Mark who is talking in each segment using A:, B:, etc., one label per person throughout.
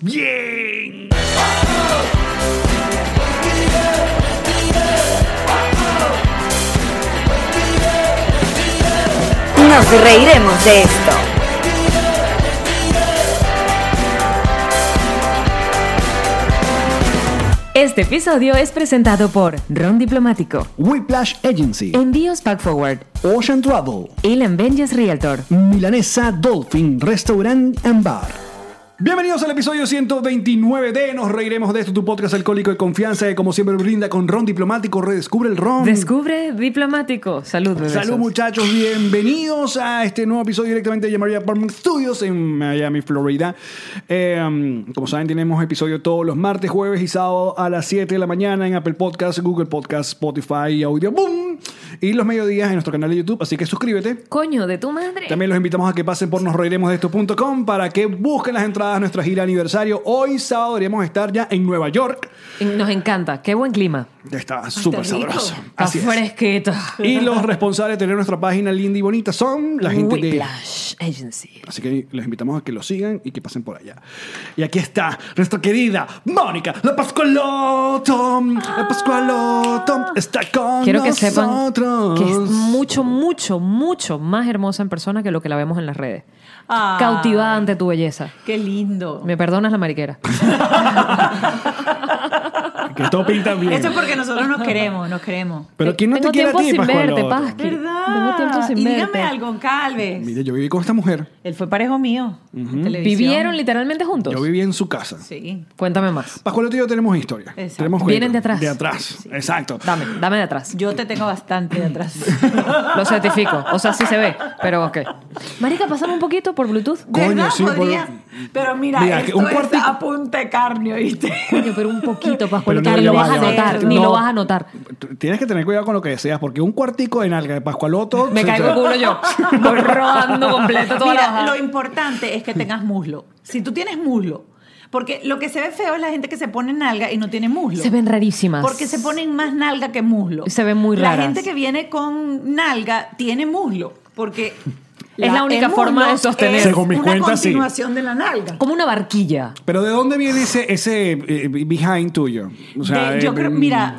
A: Bien.
B: Nos reiremos de esto.
C: Este episodio es presentado por Ron Diplomático,
A: Whiplash Agency.
C: Envíos Pack Forward,
A: Ocean Travel.
C: Ilan Benjes Realtor.
A: Milanesa Dolphin Restaurant and Bar. Bienvenidos al episodio 129 de Nos Reiremos de esto, tu podcast alcohólico de confianza que como siempre brinda con ron diplomático, redescubre el ron.
C: Descubre Diplomático. Salud, bebés.
A: Salud muchachos, bienvenidos a este nuevo episodio directamente de Llamaría Apartment Studios en Miami, Florida. Eh, como saben, tenemos episodio todos los martes, jueves y sábado a las 7 de la mañana en Apple Podcasts, Google Podcasts, Spotify y Audio Boom. Y los mediodías en nuestro canal de YouTube, así que suscríbete.
C: Coño, de tu madre.
A: También los invitamos a que pasen por nosreiremosdeesto.com para que busquen las entradas a nuestra gira de aniversario. Hoy sábado deberíamos estar ya en Nueva York.
C: Nos encanta. Qué buen clima.
A: Está súper
C: Está rico.
A: sabroso.
C: Está
A: Así es.
C: fresquito.
A: Y los responsables de tener nuestra página linda y bonita son la gente de...
C: Whiplash Agency.
A: Así que les invitamos a que lo sigan y que pasen por allá. Y aquí está nuestra querida Mónica, la Pascualoto. La Pascualoto está con
C: Quiero que sepan
A: nosotros.
C: que es mucho, mucho, mucho más hermosa en persona que lo que la vemos en las redes.
B: Ah.
C: Cautivada ante tu belleza.
B: Qué lindo.
C: Me perdonas la mariquera.
A: Que todo pinta bien.
B: Esto es porque nosotros nos queremos, nos queremos.
A: Pero ¿quién no
C: Tengo
A: te quiere a
C: tiempo
A: ti,
C: sin verte,
A: Pascualoto?
C: Pasqui. Tengo
B: ¿Verdad?
C: tiempo sin
B: y
C: verte.
B: dígame algo, Calves.
A: Mire, yo viví con esta mujer.
B: Él fue parejo mío. en televisión.
C: ¿Vivieron literalmente juntos?
A: Yo viví en su casa.
B: Sí.
C: Cuéntame más.
A: Pascualoto y yo tenemos historia.
B: Exacto.
A: Tenemos
C: Vienen
A: cuento.
C: de atrás.
A: De atrás, exacto.
C: Dame, dame de atrás.
B: Yo te tengo bastante de atrás.
C: Lo certifico. O sea, sí se ve, pero ok. Marica, pasame un poquito por Bluetooth.
A: Coño,
B: ¿Verdad?
A: sí, por-
B: Podrías- Pero mira,
A: Mira, que
B: esto
A: un
B: es
A: cuartico-
B: a punta de carne, ¿oíste?
C: Coño, pero un poquito, Pascual.
A: Pero
C: Ni
A: no
C: lo
A: lo
C: vas a
A: vas a
C: notar,
A: notar.
C: ni
A: No.
C: lo vas a notar.
A: T- Tienes que tener cuidado con lo que deseas, porque un cuartico de nalga de Pascualoto...
C: Me
A: se-
C: caigo el culo yo. Voy rodando completo toda la
B: Mira,
C: bajada.
B: lo importante es que tengas muslo. Si tú tienes muslo, porque lo que se ve feo es la gente que se pone nalga y no tiene muslo.
C: Se ven rarísimas.
B: Porque se ponen más nalga que muslo.
C: Se ven muy raras.
B: La gente que viene con nalga tiene muslo, porque
C: Es la única
B: el
C: forma
B: muslo
C: de sostener.
B: Es
A: Según mis
B: una
A: cuentas, sí.
B: continuación de la nalga.
C: Como una barquilla.
A: Pero ¿de dónde viene ese, ese eh, behind tuyo? O sea,
B: De- yo
A: eh,
B: creo,
A: mm,
B: mira,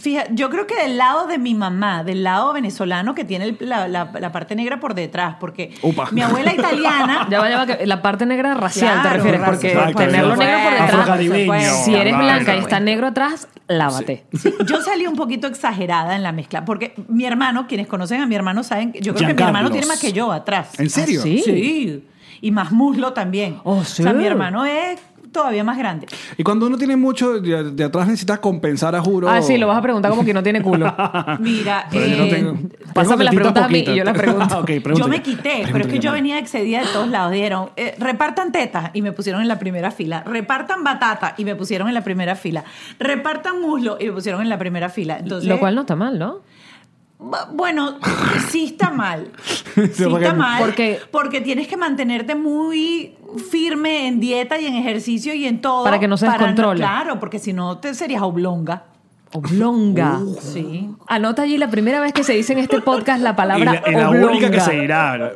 B: fija, yo creo que del lado de mi mamá, del lado venezolano que tiene el- la, la- la parte negra por detrás, porque
A: Upa.
B: mi abuela italiana
C: Ya va, ya va, que la parte negra racial te
B: Claro,
C: refieres,
B: racial,
C: porque
A: exacto,
C: tenerlo
A: exacto.
C: negro por detrás.
A: Afrocaribeño,
C: Si eres
A: claro.
C: blanca y está negro atrás, lávate.
B: Sí, yo salí un poquito exagerada en la mezcla, porque mi hermano, quienes conocen a mi hermano saben, que yo creo que mi hermano
A: Giancarlos.
B: tiene más que yo atrás.
A: ¿En serio?
C: ¿Ah, sí?
B: Sí, y más muslo también.
C: Oh,
B: O sea,
C: sí.
B: mi hermano es todavía más grande.
A: Y cuando uno tiene mucho de, de atrás necesitas compensar a juro.
C: Ah, sí, lo vas a preguntar como que no tiene culo.
B: Mira,
A: Pero yo no
B: eh,
A: tengo.
C: pásame las
A: Tengo tetitas
C: preguntas a mí y
A: poquitas.
C: yo las pregunto.
A: Ok, pregúntale.
B: yo me quité, pero es que
A: Pregúntale,
B: yo
A: Mari.
B: venía excedida de todos lados. Dieron, eh, repartan tetas y me pusieron en la primera fila. Repartan batata y me pusieron en la primera fila. Repartan muslo y me pusieron en la primera fila. Entonces,
C: Lo cual no está mal, ¿no?
B: Bu- Bueno, sí está mal. Sí
A: porque-
B: está mal.
C: Porque-
B: Porque, tienes que mantenerte muy firme en dieta y en ejercicio y en todo.
C: Para que no se descontrole.
B: claro, porque si no te serías oblonga.
C: Oblonga.
B: Uh. Sí.
C: Anota allí la primera vez que se dice en este podcast la
A: Y
C: palabra
A: la, y la
C: oblonga.
A: única que se irá.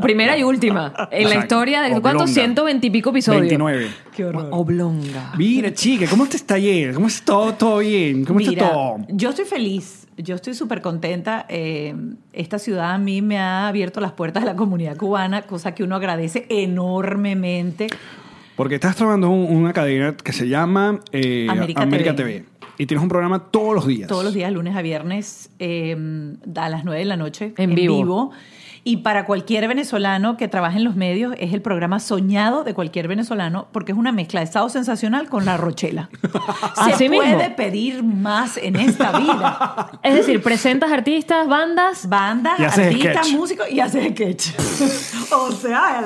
C: Primera y última. En la
A: Exacto.
C: historia de cuántos
A: Oblonga.
C: 120 y pico episodios.
A: 29.
B: Qué
C: Oblonga.
A: Mira, chica, ¿cómo te está ayer? ¿Cómo está todo, todo bien? ¿Cómo está
B: Mira,
A: todo?
B: yo estoy feliz, yo estoy súper contenta. Eh, esta ciudad a mí me ha abierto las puertas de la comunidad cubana, cosa que uno agradece enormemente.
A: Porque estás trabajando en una cadena que se llama eh,
B: América
A: América,
B: TV.
A: TV. Y tienes un programa todos los días.
B: em, Todos los días, lunes a viernes, eh, a las 9 de la noche,
C: En vivo.
B: vivo. Y para cualquier venezolano que trabaje en los medios, es el programa soñado de cualquier venezolano porque es una mezcla de estado sensacional con la Rochela. Se
C: Así mismo.
B: puede pedir más en esta vida.
C: Es decir, presentas artistas, bandas.
B: Bandas,
A: Y haces
B: artistas,
A: sketch.
B: músicos y haces sketch. o sea,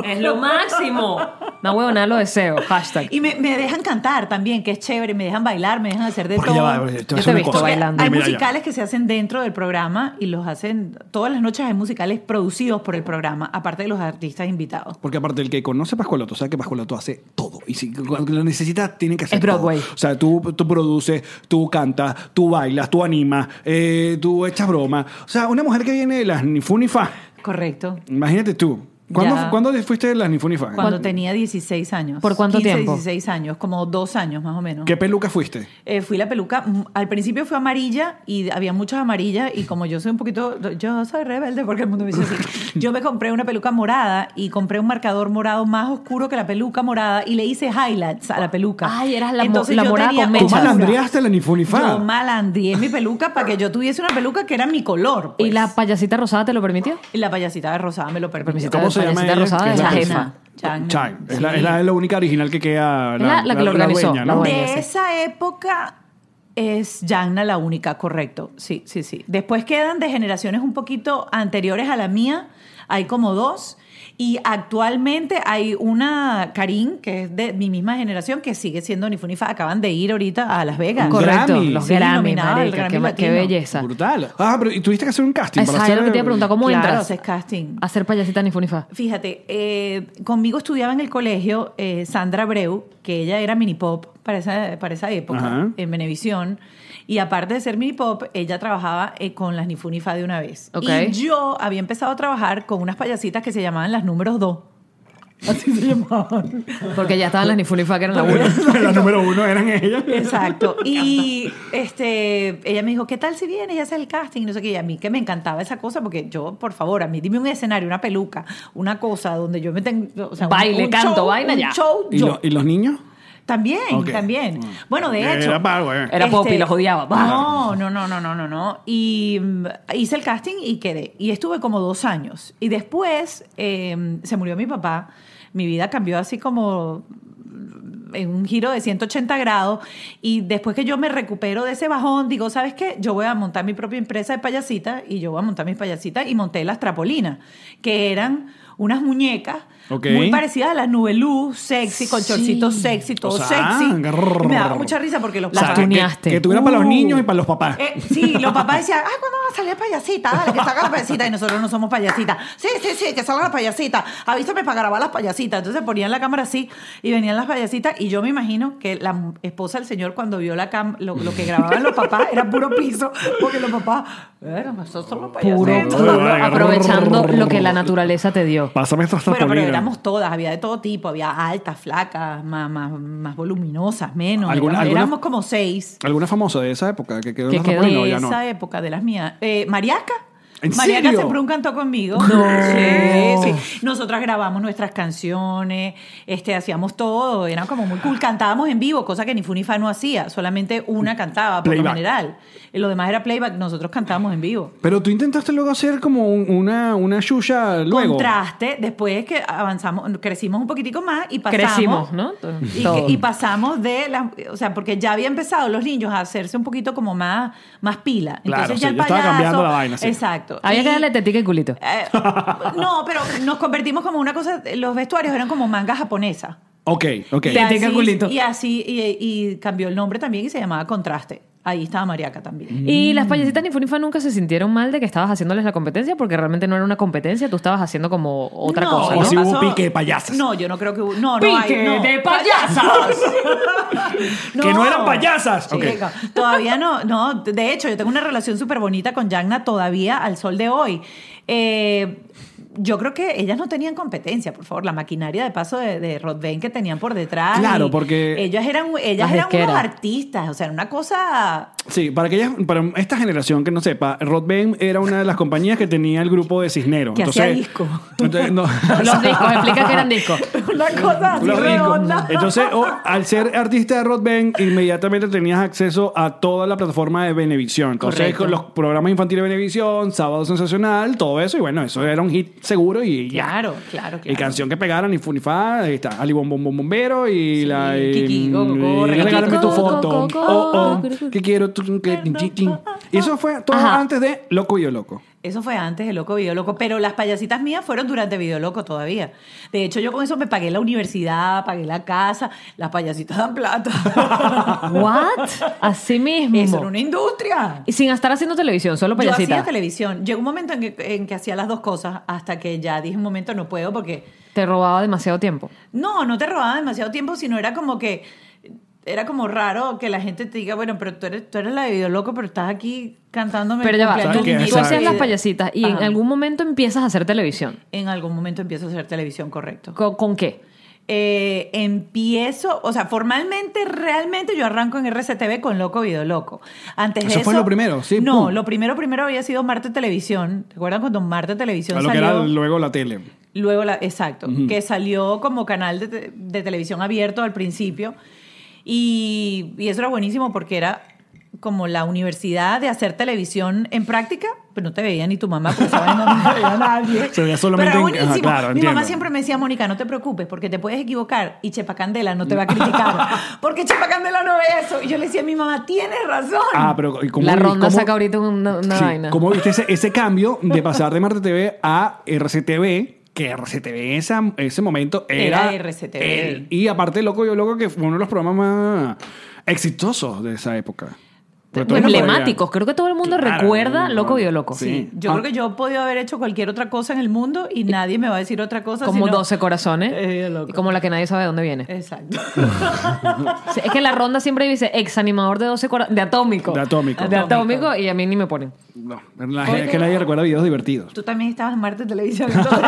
B: hello.
A: Eh.
C: Es lo máximo. No, huevo, nada lo deseo. Hashtag.
B: Y me, me dejan cantar también, que es chévere, me dejan bailar, me dejan hacer de
A: Porque
B: todo.
A: ya va, porque te voy
C: Yo
A: a hacer
C: te he
A: una
C: visto
A: cosa.
C: bailando.
B: Hay
A: Mira, ya.
B: musicales que se hacen dentro del programa y los hacen todas las noches hay musicales producidos por el programa, aparte de los artistas invitados.
A: Porque aparte el que conoce a Pascualoto sabe que Pascualoto hace todo. Y si cuando lo necesitas, tiene que hacer
C: Es Broadway.
A: todo. O sea, tú, tú produces, tú cantas, tú bailas, tú animas, eh, tú echas broma. O sea, una mujer que viene de las Nifunifa,
B: Correcto.
A: imagínate tú. ¿Cuándo,
B: Ya.
A: ¿cuándo fuiste de las Nifunifa?
B: Cuando tenía 16 años.
C: ¿Por cuánto
B: 15,
C: tiempo?
B: 16 años, como dos años más o menos.
A: ¿Qué peluca fuiste?
B: Eh, fui la peluca, mm, al principio fue amarilla y había muchas amarillas y como yo soy un poquito, yo soy rebelde porque el mundo me dice así, yo me compré una peluca morada y compré un marcador morado más oscuro que la peluca morada y le hice highlights a la peluca.
C: Ay, eras la mo-
B: Entonces
C: la
B: yo
C: morada
B: tenía
C: con
A: ¿Tú
C: mechas.
B: oscura.
A: malandreaste la Nifunifa?
B: Yo malandrié mi peluca para que yo tuviese una peluca que era mi color. pues.
C: ¿Y la payasita rosada te lo permitió?
B: Y la payasita de rosada me lo permitió.
C: Permisita.
A: ¿Cómo se llama
C: Payasita
A: ella?
C: rosada
A: Que
C: es
B: la
A: que-
B: jefa. Chang.
A: Chang. Es, la,
B: Sí.
A: es la- es la única original que queda.
C: Es la- la que lo organizó,
A: dueña,
C: la
A: ¿no?
C: dueña.
B: De
C: sí.
B: esa época es Yagna la única, correcto. Sí, sí, sí. Después quedan de generaciones un poquito anteriores a la mía, hay como dos. Y actualmente hay una, Karin, que es de mi misma generación, que sigue siendo Nifunifa. Acaban de ir ahorita a Las Vegas.
A: Correcto. Grammy.
C: Los
B: Sí,
C: Grammy,
B: nominada al
C: marica,
B: Grammy
C: qué ma- qué
B: Latino.
C: belleza.
A: Brutal. Ah, pero y tuviste que hacer un casting
C: Esa
A: para
C: es
A: hacer.
C: lo que te iba a preguntar. ¿Cómo
B: Claro,
C: entras?
B: haces casting.
C: A Hacer payasita ni funifa.
B: Fíjate, eh, conmigo estudiaba en el colegio eh, Sandra Breu, que ella era mini pop para esa, para esa época,
A: Ajá.
B: en Venevisión. Y aparte de ser mini pop, ella trabajaba eh, con las Nifunifa de una vez.
C: Ok.
B: Y yo había empezado a trabajar con unas payasitas que se llamaban las números 2. Así se llamaban.
C: Porque ya estaban las ni funifa que eran la buena.
A: la número uno eran ellas.
B: Exacto. Y este, ella me dijo, ¿qué tal si vienes y haces el casting? Y no sé qué. Y a mí que me encantaba esa cosa, porque yo, por favor, a mí dime un escenario, una peluca, una cosa donde yo me tengo... O sea, un-
C: Baile,
B: un
C: canto,
B: show,
C: vaina
B: un
C: ya.
B: show
A: ¿Y,
B: yo.
A: lo- y los niños?
B: También,
A: Ok.
B: también.
A: Mm.
B: Bueno, de
A: Era eh.
B: hecho... este,
A: para, güey.
C: Era pop y los odiaba. Bah.
B: No, no, no, no, no, no, no. Y mm, hice el casting y quedé. Y estuve como dos años. Y después eh, se murió mi papá. Mi vida cambió así como mm, en un giro de 180 grados y después que yo me recupero de ese bajón, digo, ¿sabes qué? Yo voy a montar mi propia empresa de payasitas y yo voy a montar mis payasitas y monté las trapolinas, que eran unas muñecas
A: Ok.
B: muy parecidas a las nubelú, sexy, con
C: Sí.
B: chorcitos sexy, todo
A: sea,
B: sexy.
A: grrr.
B: Me da mucha risa porque los
C: Las
B: papás-
A: que-
C: tuneaste.
A: Que, tuviera para los
B: Uh.
A: niños y para los papás.
B: Eh, sí, los papás decían, ah, ¿cuándo va a salir payasita? Dale, que salga la payasita. Y nosotros no somos payasitas. Sí, sí, sí, que salga la payasita. Avísame para grabar las payasitas. Entonces ponían la cámara así y venían las payasitas. Y yo me imagino que la m- esposa del señor, cuando vio la cam lo, lo que grababan los papás, era puro piso. Porque los papás, pues, bueno, nosotros somos
C: Puro,
B: payasitas.
C: puro, aprovechando lo que la naturaleza te dio.
A: Pásame estas
B: Bueno, pero
A: tapolinas.
B: éramos todas, había de todo tipo, había altas, flacas, más, más, más voluminosas, menos.
A: ¿Alguna-
B: éramos,
A: alguna-
B: éramos como seis.
A: ¿Alguna famosa de esa época que quedó en
C: Que
A: las
C: quedó.
A: tapolinas? No,
B: de
A: ya no.
B: esa época, de las mías. Eh, Mariaca.
A: ¿En
B: Mariaca
A: serio?
B: siempre un cantó conmigo. Sí, sí. Nosotras grabamos nuestras canciones, este, hacíamos todo, era como muy cool. Cantábamos en vivo, cosa que ni Funifa no hacía, solamente una cantaba por
A: Playback.
B: lo general. Lo demás era playback, nosotros cantábamos en vivo.
A: Pero tú intentaste luego hacer como un- una, una yuya luego.
B: Contraste, después que avanzamos, crecimos un poquitico más y pasamos.
C: Crecimos, ¿no?
B: Y,
C: Todo.
B: y pasamos de las, o sea, porque ya había empezado los niños a hacerse un poquito como más, más pila.
A: Claro,
B: Entonces
A: sí,
B: ya el
A: ya estaba
B: payaso,
A: cambiando la vaina, sí.
B: Exacto.
C: Había
B: Y,
C: que darle tetica y culito.
B: eh, no, pero nos convertimos como una cosa, los vestuarios eran como manga japonesa.
A: Ok, ok.
B: Y
C: Tetica,
B: así-
C: culito.
B: Y así, y, y cambió el nombre también y se llamaba Contraste. Ahí estaba Mariaca también.
C: Y las payasitas ni funifa nunca se sintieron mal de que estabas haciéndoles la competencia porque realmente no era una competencia, tú estabas haciendo como otra
B: No,
C: cosa.
A: O
C: ¿no?
B: ¿qué
A: si hubo
B: pasó?
A: pique de payasas.
B: No, yo no creo que hubo. No, no
C: ¡Pique
B: hay, no.
C: de payasas!
A: Que no eran payasas. Ok.
B: Chico, Todavía no, no. De hecho, yo tengo una relación súper bonita con Yagna todavía al sol de hoy. Eh, yo creo que ellas no tenían competencia, por favor, la maquinaria de paso de, de Rodben que tenían por detrás.
A: Claro,
B: y
A: porque-
B: Ellas eran, ellas
C: Las
B: eran unos
C: disqueras.
B: artistas, o sea, era una cosa...
A: Sí, para aquellas, para esta generación que no sepa, Rod Bain era una de las compañías que tenía el grupo de Cisneros.
B: Que hacía disco.
A: Entonces, no.
C: Los discos, explica que eran discos.
B: Una cosa así
A: Los discos.
B: redonda.
A: Entonces, o- al ser artista de Rod Bain, inmediatamente tenías acceso a toda la plataforma de Benevisión. Entonces,
B: Correcto.
A: con los programas infantiles de Benevisión, Sábado Sensacional, todo eso. Y bueno, eso era un hit seguro y ya.
B: Claro, claro,
A: Y
B: claro.
A: canción que pegaron, y Funifá, ahí está, Ali Bom Bom Bom Bombero y
B: Sí,
A: la. y-
B: Kiki, go, go, go,
A: y
B: regalo.
A: regálame tu
C: Kiki, go, go,
A: foto.
C: go, go,
A: Oh, oh,
C: go.
A: que quiero tu. que- chin, chin. Y eso fue todo
C: Ajá.
A: antes de Loco y Yo Loco.
B: Eso fue antes de Loco Video Loco, pero las payasitas mías fueron durante Video Loco todavía. De hecho, yo con eso me pagué la universidad, pagué la casa, las payasitas dan plata.
C: ¿What? Así mismo.
B: Eso era una industria.
C: Y sin estar haciendo televisión, solo
B: Yo hacía
C: payasita.
B: televisión. Llegó un momento en que, en que hacía las dos cosas hasta que ya dije un momento no puedo porque
C: Te robaba demasiado tiempo.
B: no, no te robaba demasiado tiempo, sino era como que era como raro que la gente te diga, bueno, pero tú eres, tú eres la de video loco, pero estás aquí cantándome. el
C: Pero ya va,
B: cumpleaños
C: tú,
A: ¿Sabes qué?
B: de mi
C: tú hacías
B: vida.
C: las payasitas y en
B: Ajá.
C: algún momento empiezas a hacer televisión.
B: En algún momento empiezo a hacer televisión, correcto.
C: ¿Con, con qué?
B: Eh, empiezo, o sea, formalmente, realmente yo arranco en RCTV con Loco Video Loco. Antes de
A: Eso
B: eso
A: fue lo primero, sí,
B: No,
A: pum.
B: lo primero, primero había sido Marte Televisión. ¿Te acuerdas cuando Marte Televisión
A: A lo que
B: salió?
A: era luego la tele.
B: Luego, la, exacto, que salió como canal de, te- de televisión abierto al principio. Y, y eso era buenísimo porque era como la universidad de hacer televisión en práctica, pero no te veía ni tu mamá, porque esa vaina no te veía nadie.
A: Se veía solamente
B: pero era
A: en- ajá,
B: buenísimo.
A: claro,
B: Mi mamá
A: entiendo.
B: siempre me decía, Mónica, no te preocupes, porque te puedes equivocar y Chepa Candela no te va a criticar, porque Chepa Candela no ve eso. Y yo le decía a mi mamá, tienes razón.
A: Ah, pero ¿y cómo-
C: la ronda
A: cómo-
C: saca ahorita una, una
A: sí,
C: vaina.
A: ¿Cómo viste ese, ese cambio de pasar de Marte TV a RCTV? Que RCTV esa, ese momento era.
B: Era RCTV.
A: el- y aparte, Loco Yo Loco, que fue uno de los programas más exitosos de esa época. Porque todo el mundo
C: Pues Emblemáticos. Creo que todo el mundo
A: Claro,
C: recuerda
A: no,
C: Loco
A: no.
C: Video Loco.
A: Sí.
B: Yo
A: Ah.
B: creo que yo he podido haber hecho cualquier otra cosa en el mundo y nadie me va a decir otra cosa.
C: Como
B: sino-
C: 12 corazones.
B: Eh, loco.
C: y como la que nadie sabe de dónde viene.
B: Exacto.
C: Sí, Es que la ronda siempre dice ex animador de 12 corazones. De atómico.
A: De Atómico.
C: De atómico y a mí ni me ponen.
A: No, la- es que nadie recuerda videos divertidos.
B: Tú también estabas en Marte Televisión. entonces.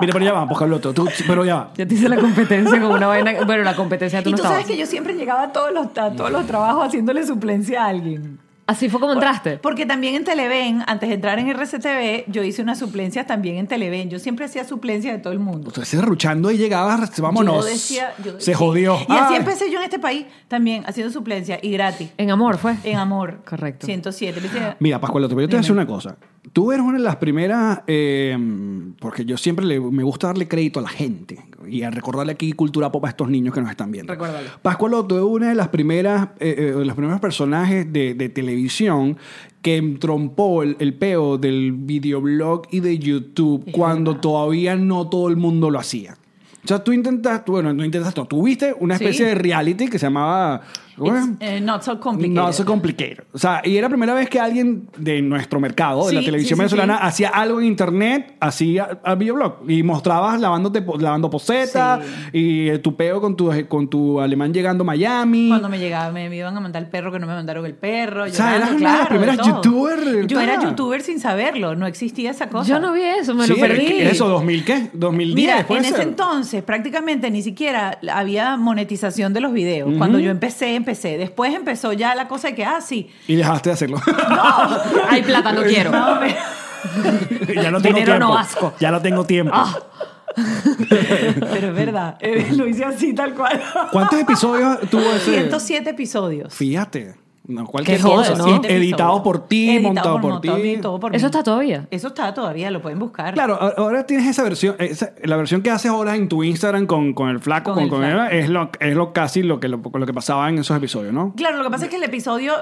A: Mira, pero ya va, pues Carlotto, tú, pero ya va.
C: Ya te hice la competencia con una vaina. Bueno, la competencia tú
B: y
C: no
B: tú
C: estabas.
B: sabes que yo siempre llegaba a todos los, a todos los trabajos haciéndole suplencia a alguien.
C: Así fue como entraste.
B: Porque también en Televen, antes de entrar en RCTV, yo hice unas suplencias también en Televen. Yo siempre hacía suplencias de todo el mundo.
A: Entonces, ruchando y llegabas, vámonos.
B: Yo decía- yo-
A: Se jodió.
B: Y así
A: Ah.
B: empecé yo en este país también, haciendo suplencia y gratis.
C: En amor fue.
B: En amor.
C: Correcto.
B: 107. ¿viste?
A: Mira, Pascual, pero yo te voy a decir una cosa. Tú eres una de las primeras, eh, porque yo siempre le- me gusta darle crédito a la gente y a recordarle aquí cultura pop a estos niños que nos están viendo.
B: Recuérdalo.
A: Pascualoto es una de las primeras, eh, eh, de los primeros personajes de, de televisión que entrompó el, el peo del videoblog y de YouTube cuando todavía no todo el mundo lo hacía. O sea, tú intentaste, bueno, no intentaste, no, tuviste una
B: Sí.
A: especie de reality que se llamaba... ¿cómo es?
B: It's, eh, not so complicated.
A: No, eso es complicado. O sea, y era la primera vez que alguien de nuestro mercado, de
B: Sí,
A: la televisión
B: sí, sí,
A: venezolana,
B: sí.
A: hacía algo en internet, hacía a videoblog y mostrabas lavándote, po- lavando posetas y eh, tu peo con tu, con tu alemán llegando a Miami.
B: Cuando me llegaba, me me iban a mandar el perro que no me mandaron el perro.
A: sea,
B: llorando,
A: eras una de las
B: claro,
A: primeras
B: todo.
A: youtuber,
B: Yo era
A: tal.
B: youtuber sin saberlo, no existía esa cosa.
C: Yo no vi eso, me
A: Sí,
C: lo perdí.
A: ¿qué- ¿Eso, 2000 qué? 2010,
B: Mira,
A: puede
B: en ese
A: ser.
B: entonces prácticamente ni siquiera había monetización de los videos. Cuando yo empecé, empecé. Después empezó ya la cosa de que, ah, sí.
A: Y dejaste de hacerlo.
C: Hay plata, no quiero.
B: No, me-
A: ya no tengo
C: Dinero
A: tiempo.
C: no asco.
A: Ya no tengo tiempo.
B: Ah. Pero es verdad, eh, lo hice así tal cual.
A: ¿Cuántos episodios tuvo ese?
B: 107 episodios.
A: Fíjate. No, cualquier
C: Qué joda,
A: cosa.
C: ¿no?
A: Y Editado por ti,
B: Editado
A: montado por,
B: montado
A: ti.
B: y todo por
C: Eso
B: mí.
C: está todavía.
B: Eso está todavía, lo pueden buscar.
A: Claro, a- ahora tienes esa versión, esa- la versión que haces ahora en tu Instagram con, con el flaco, con,
B: Con el
A: con
B: flaco.
A: Eva, es lo, es lo casi lo que, lo, con lo que pasaba en esos episodios, ¿no?
B: Claro, lo que pasa es que el episodio,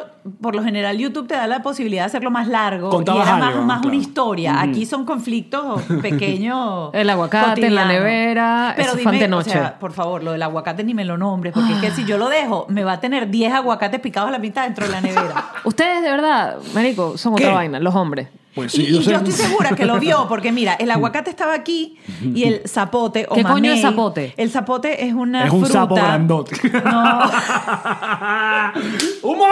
B: por lo general, YouTube te da la posibilidad de hacerlo más largo.
A: Contabas
B: y era
A: algo,
B: más, más
A: claro.
B: una historia. Aquí son conflictos pequeños.
C: El aguacate en la
B: cotidianos.
C: nevera, eso fue antenoche.
B: O sea, por favor, lo del aguacate ni me lo nombres, porque es que
C: Ah.
B: si yo lo dejo, me va a tener 10 aguacates picados a la mitad dentro de la nevera.
C: Ustedes, de verdad, marico, son
A: ¿Qué?
C: otra vaina, los hombres.
A: Pues
B: y, y yo,
A: sé-
B: estoy segura que lo vio, porque mira, el aguacate estaba aquí y el zapote o
C: ¿Qué coño
B: mamey-
C: es zapote?
B: El zapote es una
A: Es un
B: fruta.
A: sapo grandote.
B: No,
A: ¡Humor!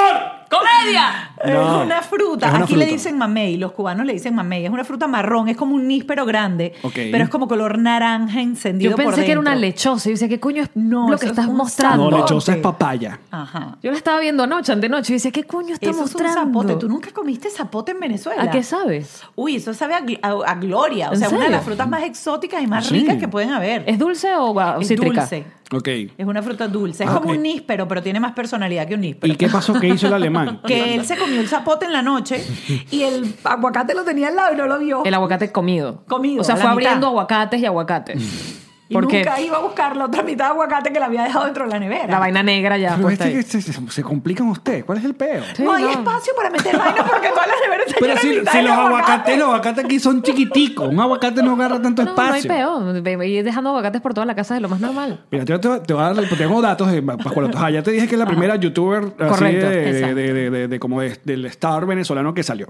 C: ¡Comedia!
A: No,
B: es una fruta.
A: es una
B: Aquí le
A: fruta.
B: dicen mamey, los cubanos le dicen mamey. Es una fruta marrón, es como un níspero grande,
A: Ok.
B: pero es como color naranja encendido
C: Yo pensé
B: por
C: que era una
B: dentro.
C: lechosa. Yo decía, ¿qué coño es
B: No,
C: lo
B: eso
C: que
B: es
C: estás
B: un
C: mostrando?
A: No,
B: zapote.
A: lechosa es papaya.
B: Ajá.
C: Yo la estaba viendo anoche, antenoche, y decía, ¿qué coño está
B: Eso es un
C: mostrando?
B: zapote. ¿Tú nunca comiste zapote en Venezuela?
C: ¿A qué sabes?
B: Uy, eso sabe a, gl- a- a gloria. O
C: ¿En
B: sea, una de
C: serio?
B: las frutas más exóticas y
A: ¿Ah,
B: más
A: sí?
B: ricas que pueden haber.
C: ¿Es dulce o gua-
B: Es
C: cítrica?
B: dulce.
A: Ok.
B: Es una fruta dulce. Es
A: Ah,
B: como
A: ok.
B: un níspero, pero tiene más personalidad que un níspero.
A: ¿Y qué pasó que hizo el alemán?
B: Que él se comió el zapote en la noche y el aguacate lo tenía al lado y no lo vio.
C: El aguacate comido.
B: Comido,
C: O sea,
B: a la
C: fue
B: mitad.
C: abriendo aguacates y aguacates.
B: y
C: Porque
B: nunca iba a buscar la otra mitad de aguacate que le había dejado dentro de la nevera.
C: la vaina negra ya.
B: pues,
A: Pero
C: puesta
A: este-
C: ahí.
A: este- se, se complican ustedes. ¿Cuál es el peo?
C: Sí,
B: No hay
C: no.
B: espacio para meter vaina porque todas las neveras se
A: Pero
B: llenan
A: si,
B: mitad
A: si
B: de
A: los
B: aguacate.
A: aguacates, los aguacates aquí son chiquiticos. Un aguacate no agarra tanto
C: No, no hay
A: espacio.
C: peor. Ve- ve- Ir dejando aguacates por toda la casa es lo más normal.
A: Mira, te, te- te voy a dar, tengo datos de Pascual Otoja. Ya te dije que es la primera youtuber así
C: Correcto,
A: de, de,
C: exacto.
A: de- de- de- como de- del star venezolano que salió.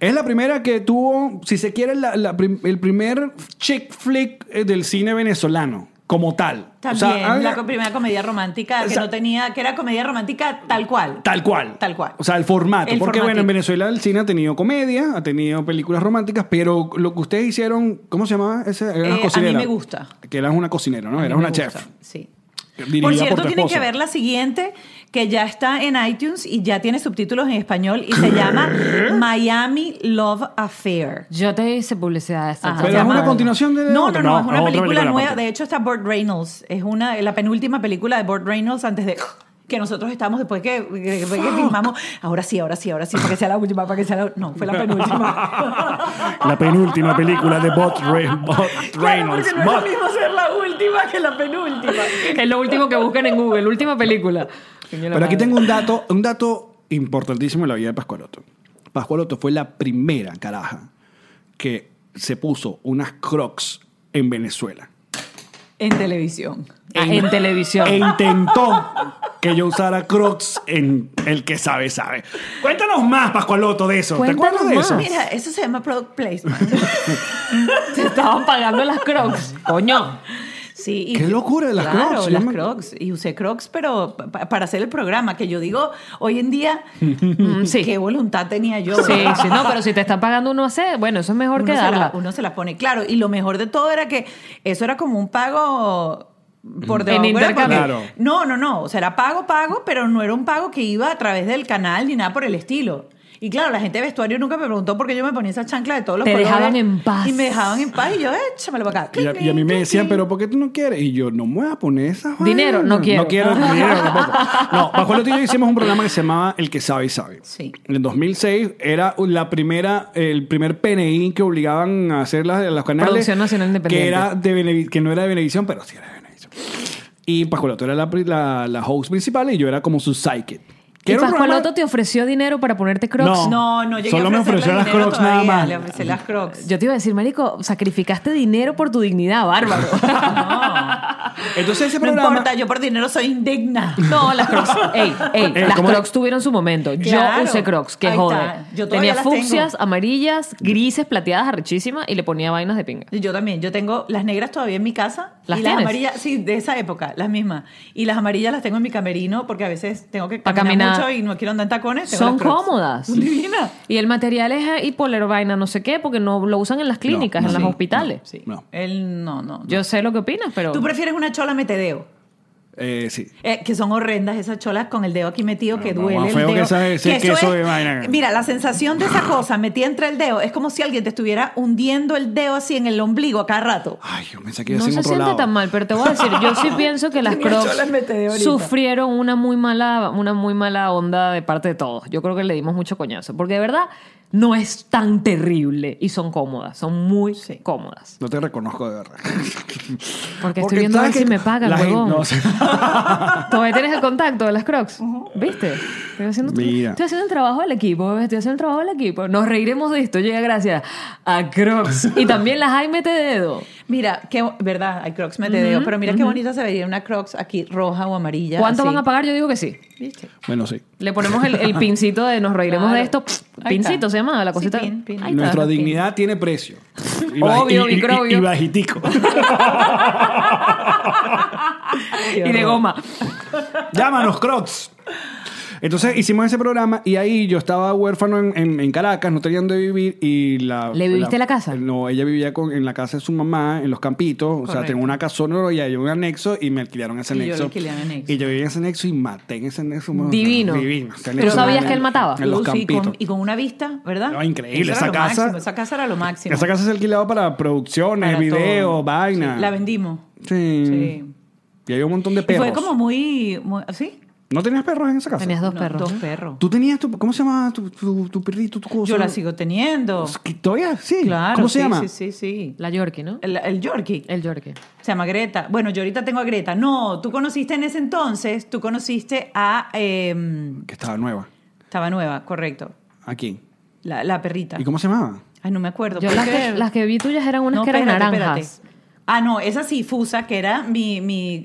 A: Es la primera que tuvo, si se quiere, la- la prim- el primer chick flick eh, del cine venezolano como tal. O sea, ah,
B: También,
A: haga-
B: la co- primera comedia romántica
A: O
B: que
A: sea-
B: no tenía, que era comedia romántica tal cual.
A: Tal cual.
B: Tal cual.
A: O sea, el formato.
B: El
A: Porque, bueno,
B: formatito.
A: en Venezuela el cine ha tenido comedia, ha tenido películas románticas, pero lo que ustedes hicieron, ¿cómo se llamaba? Ese, era
B: Eh,
A: una
B: a mí
A: cocinera.
B: me gusta.
A: Que eras una cocinera, ¿no?
B: A mí
A: Eras
B: me
A: una
B: gusta,
A: chef.
B: Sí.
A: dirigida
B: Por
A: por
B: cierto,
A: tu
B: tienen que
A: esposa.
B: ver la siguiente, que ya está en iTunes y ya tiene subtítulos en español y se llama Miami Love Affair.
C: Yo te hice publicidad. esa.
B: Ajá.
A: Pero
B: Se
A: es una
B: llama-
A: continuación de.
B: No, no,
A: otra,
B: no, es una
A: otra
B: película nueva.
A: aparte.
B: De hecho, está Burt Reynolds. Es una, la penúltima película de Burt Reynolds antes de que nosotros estamos después que, que- que filmamos. Ahora sí, ahora sí, ahora sí, para que sea la última, para que sea la. No, fue la penúltima.
A: La penúltima película de Bot, Re- Bot
B: Claro,
A: Reynolds.
B: porque no
A: Bot-
B: es lo mismo ser la última que la penúltima.
C: Es lo último que buscan en Google, última película.
A: Pero aquí tengo un dato, un dato importantísimo en la vida de Pascualotto. Pascualotto fue la primera caraja que se puso unas crocs en Venezuela.
B: En televisión.
C: Ah, en, televisión.
A: E intentó que yo usara crocs en El que sabe, sabe. Cuéntanos más, Pascualoto, de eso. ¿Te
C: Cuéntanos
A: acuerdas de eso?
C: más.
B: Mira, eso se llama product placement.
C: Se estaban pagando las crocs. Coño.
B: Sí, y-
A: Qué locura, las
B: claro,
A: Crocs,
B: las
A: llaman-
B: Crocs. Y usé Crocs, pero pa- para hacer el programa, que yo digo, hoy en día,
C: Mm, sí.
B: qué voluntad tenía yo.
C: Sí, sí, no, pero si te están pagando uno a C, bueno, eso es mejor
B: uno,
C: que
B: se
C: darla.
B: la- uno se las pone. Claro, y lo mejor de todo era que eso era como un pago por debajo.
C: En
B: era porque-
C: intercambio.
A: Claro.
B: No, no, no. O sea, era pago, pago, pero no era un pago que iba a través del canal ni nada por el estilo. Y claro, la gente de vestuario nunca me preguntó por qué yo me ponía esa chancla de todos los
C: Te
B: colores.
C: dejaban en paz.
B: Y me dejaban en paz y yo, échamelo para acá.
A: Y a, y a mí me decían, pero ¿por qué tú no quieres? Y yo, no me voy a poner esas vainas.
C: Dinero, no quiero.
A: No quiero dinero tampoco. No, Pascualoto y yo hicimos un programa que se llamaba El que sabe, sabe.
B: Sí.
A: En el 2006 era la primera, el primer PNI que obligaban a hacer las, los canales.
C: Producción Nacional Independiente.
A: Que, era de Bene- que no era de Benevisión, pero sí era de Benevisión. Y Pascualoto era la, pri- la, la host principal y yo era como su psychic.
C: ¿Y Pascualoto te ofreció dinero para ponerte crocs?
A: No.
B: No, no llegué
A: Solo
B: a
A: me
B: ofrecerle
A: ofreció las
B: dinero
A: Crocs nada
B: todavía,
A: más.
B: Le ofrecí las Crocs.
C: Yo te iba a decir, marico, sacrificaste dinero por tu dignidad, bárbaro.
A: Entonces ese
B: no
A: programa...
B: importa, yo por dinero soy indigna.
C: No, las crocs. Ey, ey,
A: Eh,
C: las
A: ¿cómo es?
C: crocs tuvieron su momento. Yo
B: Claro.
C: usé crocs, que
B: Ahí
C: jode.
B: está. Yo
C: Tenía
B: todavía las
C: fucsias,
B: tengo.
C: amarillas, grises, plateadas, arrechísimas y le ponía vainas de pinga.
B: Yo también, yo tengo las negras todavía en mi casa.
C: ¿Las
B: y las
C: tienes?
B: amarillas, sí, de esa época, las mismas. Y las amarillas las tengo en mi camerino porque a veces tengo que
C: Pa'
B: caminar,
C: caminar.
B: mucho y no quiero andar en tacones. tengo
C: Son
B: las Crocs.
C: cómodas.
B: Son divinas.
C: Y el material es hipoler vaina, no sé qué, porque no lo usan en las clínicas,
A: No,
C: en
A: no,
C: los
A: sí,
C: hospitales.
B: Sí.
A: No.
B: Él no, no.
C: Yo sé lo que opinas, pero.
B: Tú prefieres una chola metedeo.
A: Eh, sí.
B: Eh, que son horrendas esas cholas con el dedo aquí metido que
A: No,
B: duele
A: más
B: el
A: feo que
B: dedo.
A: esa- ese queso de vaina.
B: Mira, la sensación de esa cosa metida entre el dedo es como si alguien te estuviera hundiendo el dedo así en el ombligo a cada rato.
A: Ay, yo pensé que iba a
C: No
A: ser en
C: se
A: otro
C: siente
A: lado.
C: tan mal, pero te voy a decir, yo sí pienso que las
B: Tenía
C: Crocs
B: cholas meteoritas.
C: sufrieron una muy mala, una muy mala onda de parte de todos. Yo creo que le dimos mucho coñazo, porque de verdad no es tan terrible y son cómodas, son muy
B: Sí.
C: cómodas.
A: No te reconozco de verdad.
C: Porque, estoy viendo a ver
A: ¿sabes
C: si me
A: qué?
C: pagan,
A: La gente-
C: huevón.
A: no, o sea,
C: Todavía tienes el contacto de las Crocs, ¿viste? Estoy haciendo,
A: Mira.
C: estoy haciendo el trabajo del equipo, bebé, estoy haciendo el trabajo del equipo. Nos reiremos de esto, llega gracias a Crocs y también las Jaime te dedo.
B: Mira, qué verdad, hay crocs metedeo, pero mira qué bonita se vería una crocs aquí roja o amarilla.
C: ¿Cuánto
B: así.
C: van a pagar? Yo digo que sí.
B: ¿Viste?
A: bueno, sí.
C: Le ponemos el, el pincito de nos reiremos
B: Claro.
C: de esto. Pss,
B: Ahí
C: Pincito
B: está.
C: se llama la
B: Sí,
C: cosita.
B: pin, pin.
C: Ahí está.
A: Nuestra dignidad tiene precio. Y baji-
C: Obvio,
A: y- y-
C: microbio.
A: Y bajitico.
C: Y de goma.
A: Llámanos, Crocs. Entonces hicimos ese programa y ahí yo estaba huérfano en, en- en Caracas, no tenía dónde vivir y la...
C: ¿Le viviste la casa?
A: No, ella vivía con, en la casa de su mamá, en los campitos, o sea,
B: Correcto.
A: tenía una casona y hay un anexo y me alquilaron ese
B: Y yo le
A: anexo.
B: alquilé el anexo.
A: Y yo vivía en ese anexo y maté en ese anexo. mano.
C: Divino.
A: Divino. Ese
C: Pero
A: anexo
C: sabías
A: era-
C: que él mataba.
A: En los
B: Luz y,
A: campitos.
B: con, y con una vista, ¿verdad?
A: No, increíble,
B: Eso era
A: esa
B: lo
A: casa-
B: máximo, esa casa era lo máximo.
A: Esa casa se alquilaba para producciones,
B: Para
A: videos,
B: todo.
A: vaina.
B: Sí, La vendimos.
A: Sí.
B: Sí.
A: Y había un montón de
B: Y
A: perros.
B: fue como muy, muy- ¿sí?
A: ¿No tenías perros en esa casa?
C: Tenías dos
B: No,
C: perros.
B: Dos
C: ¿no?
B: perros.
A: ¿Tú tenías tu... ¿Cómo se llamaba tu, tu, tu perrito, tu cosa?
B: Yo la sigo teniendo.
A: ¿Todavía? Sí.
B: Claro.
A: ¿Cómo se
B: sí,
A: llama?
B: Sí, sí, sí.
C: La Yorkie, ¿no?
B: El, el Yorkie.
C: El Yorkie.
B: Se llama Greta. Bueno, yo ahorita tengo a Greta. No, tú conociste en ese entonces, tú conociste a... em,
A: Que estaba nueva.
B: estaba nueva, correcto.
A: Aquí.
B: La, la perrita.
A: ¿Y cómo se llamaba?
B: Ay, no me acuerdo.
C: Yo
B: pero
C: las
B: es
C: que,
B: que-
C: las que vi tuyas eran unas
B: No,
C: que eran
B: espérate,
C: naranjas.
B: espérate. Ah, no, esa sí, Fusa, que era mi, mi,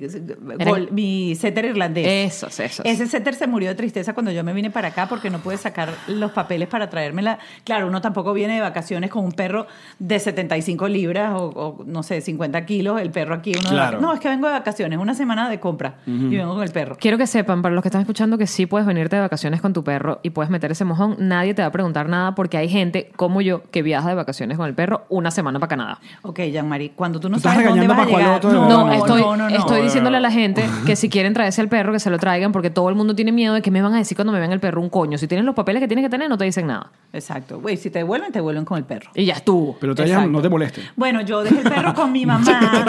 B: gol- mi setter irlandés.
C: Esos, esos.
B: Ese setter se murió de tristeza cuando yo me vine para acá porque no pude sacar los papeles para traérmela. Claro, uno tampoco viene de vacaciones con un perro de 75 libras o, o, no sé, 50 kilos. El perro aquí, uno de
A: Claro.
B: vac- No, es que vengo de vacaciones, una semana de compra y vengo con el perro.
C: Quiero que sepan, para los que están escuchando, que sí puedes venirte de vacaciones con tu perro y puedes meter ese mojón. Nadie te va a preguntar nada porque hay gente como yo que viaja de vacaciones con el perro una semana para Canadá.
B: Ok, Jean-Marie, cuando tú no
A: Tú estás
B: sabes dónde
A: regañando
B: vas a
A: para
B: llegar.
A: cuál otro-
C: No,
A: no,
C: estoy,
B: no, no, no.
C: estoy
A: No,
C: diciéndole a
A: no.
C: la gente que si quieren traerse el perro, que se lo traigan porque todo el mundo tiene miedo de que me van a decir cuando me vean el perro un coño. Si tienes los papeles que tienes que tener, no te dicen nada.
B: Exacto. Güey, si te devuelven, te devuelven con el perro.
C: Y ya estuvo.
A: Pero todavía
B: Exacto.
A: no te molestes.
B: Bueno, yo dejé el perro con mi mamá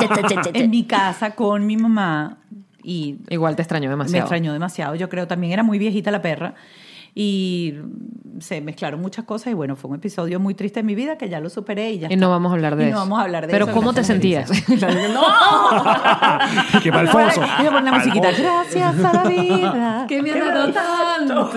B: en mi casa con mi mamá y
C: Igual te extrañó
B: me
C: demasiado.
B: extrañó demasiado. Yo creo también era muy viejita la perra y se mezclaron muchas cosas y bueno, fue un episodio muy triste en mi vida que ya lo superé y ya.
C: Y no vamos a hablar de
B: Y
C: eso.
B: no vamos a hablar de
C: Pero
B: eso,
C: ¿cómo te
B: gracias,
C: sentías?
B: ¡No!
A: Que para Alfonso.
B: Y le ponen la musiquita. Gracias a la vida.
C: me ha dado tanto?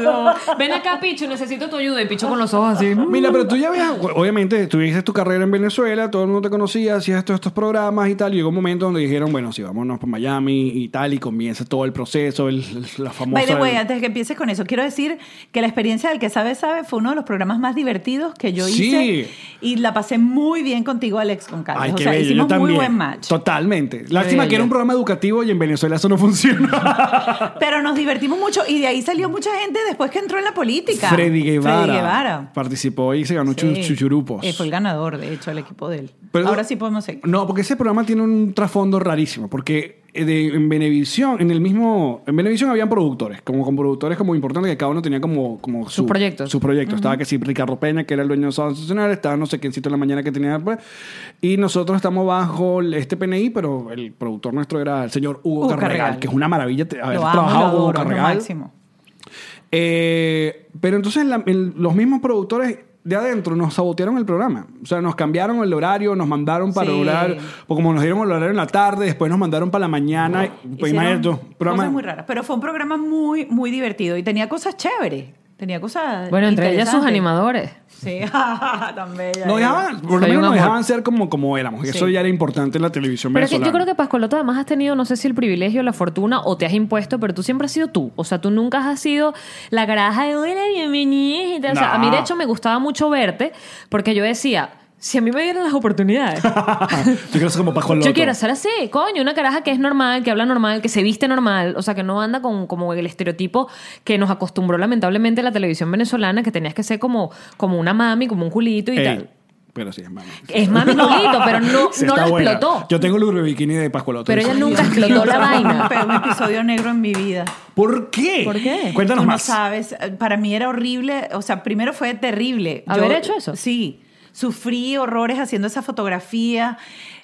C: Ven acá, Picho, necesito tu ayuda. Y Picho con los ojos así.
A: Mira, pero tú ya habías, obviamente, tuviste tu carrera en Venezuela, todo el mundo te conocía, hacías todos estos programas y tal. Y llegó un momento donde dijeron, bueno, sí, vámonos para Miami y tal, y comienza todo el proceso, el- la famosa.
B: By the way, antes de que empieces con eso, quiero decir que la experiencia del que sabe sabe fue uno de los programas más divertidos que yo
A: Sí.
B: hice y la pasé muy bien contigo, Alex, con Carlos.
A: Ay,
B: o
A: qué
B: sea,
A: bello, yo
B: hicimos muy
A: también.
B: buen match.
A: Totalmente. Lástima que
C: bello.
A: era un programa educativo y en Venezuela eso no funciona.
B: Pero nos divertimos mucho y de ahí salió mucha gente después que entró en la política.
A: Freddy Guevara,
B: Freddy Guevara.
A: participó y se ganó chu-
B: Sí.
A: chuchurupos.
B: Eh, fue el ganador, de hecho, el equipo de él.
A: Pero-
B: Ahora sí podemos seguir.
A: No, porque ese programa tiene un trasfondo rarísimo, porque eh, de- en Venevisión, en el mismo, en Venevisión habían productores, como con productores como importantes que cada uno tenía como, como su-
C: proyectos.
A: Sus proyectos. Estaba que sí, Ricardo Peña, que era el dueño de Sábado Sensacional, estaba no sé quiéncito en la mañana que tenía pues, y nosotros estamos bajo el- este PNI, pero el productor nuestro era el señor Hugo,
B: Hugo
A: Carregal,
B: Carregal.
A: que es una maravilla te- haber
B: lo amo,
A: trabajado
B: lo
A: con Hugo
B: adoro, lo
A: Carregal.
B: máximo.
A: Eh, pero entonces la- el- los mismos productores de adentro nos sabotearon el programa. O sea, nos cambiaron el horario, nos mandaron para
B: Sí.
A: horario. O como nos dieron el horario en la tarde, después nos mandaron para la mañana. Pues
B: Hicieron
A: imagínate, tú, programa-
B: Cosas muy raras. Pero fue un programa muy, muy divertido y tenía cosas chéveres. Tenía cosas.
C: Bueno, entre ellas sus
B: interesantes.
C: animadores.
B: Sí, tan bella.
A: Nos dejaban,
C: Soy
A: por lo
C: un
A: menos nos
C: amor.
A: dejaban ser como, como éramos. Y Eso
B: Sí.
A: ya era importante en la televisión
C: Pero es que yo
A: venezolana.
C: creo que Pascoloto además has tenido, no sé si el privilegio, la fortuna o te has impuesto, pero tú siempre has sido tú. O sea, tú nunca has sido la garaja de hola, bienvenida. y tal. O sea,
A: No.
C: a mí de hecho me gustaba mucho verte porque yo decía, si a mí me dieran las oportunidades,
A: yo quiero ser como Paco Loto.
C: yo quiero ser así, coño, una caraja que es normal, que habla normal, que se viste normal, o sea, que no anda con como el estereotipo que nos acostumbró lamentablemente la televisión venezolana, que tenías que ser como, como una mami, como un culito y
A: Ey,
C: tal.
A: Pero sí, hermano.
C: Es mami culito, pero no,
A: Sí,
C: no
A: está
C: lo
A: buena.
C: explotó.
A: Yo tengo el Urbe Bikini de Paco Loto.
C: Pero ella
A: Sí.
C: nunca
B: Dios mío,
C: explotó la vaina.
B: Pero un episodio negro en mi vida.
A: ¿Por qué?
C: ¿Por qué?
A: Cuéntanos
B: Tú no
A: más.
B: sabes, eh, para mí era horrible, o sea, primero fue terrible.
C: ¿Haber hecho eso?
B: Sí. Sufrí horrores haciendo esa fotografía.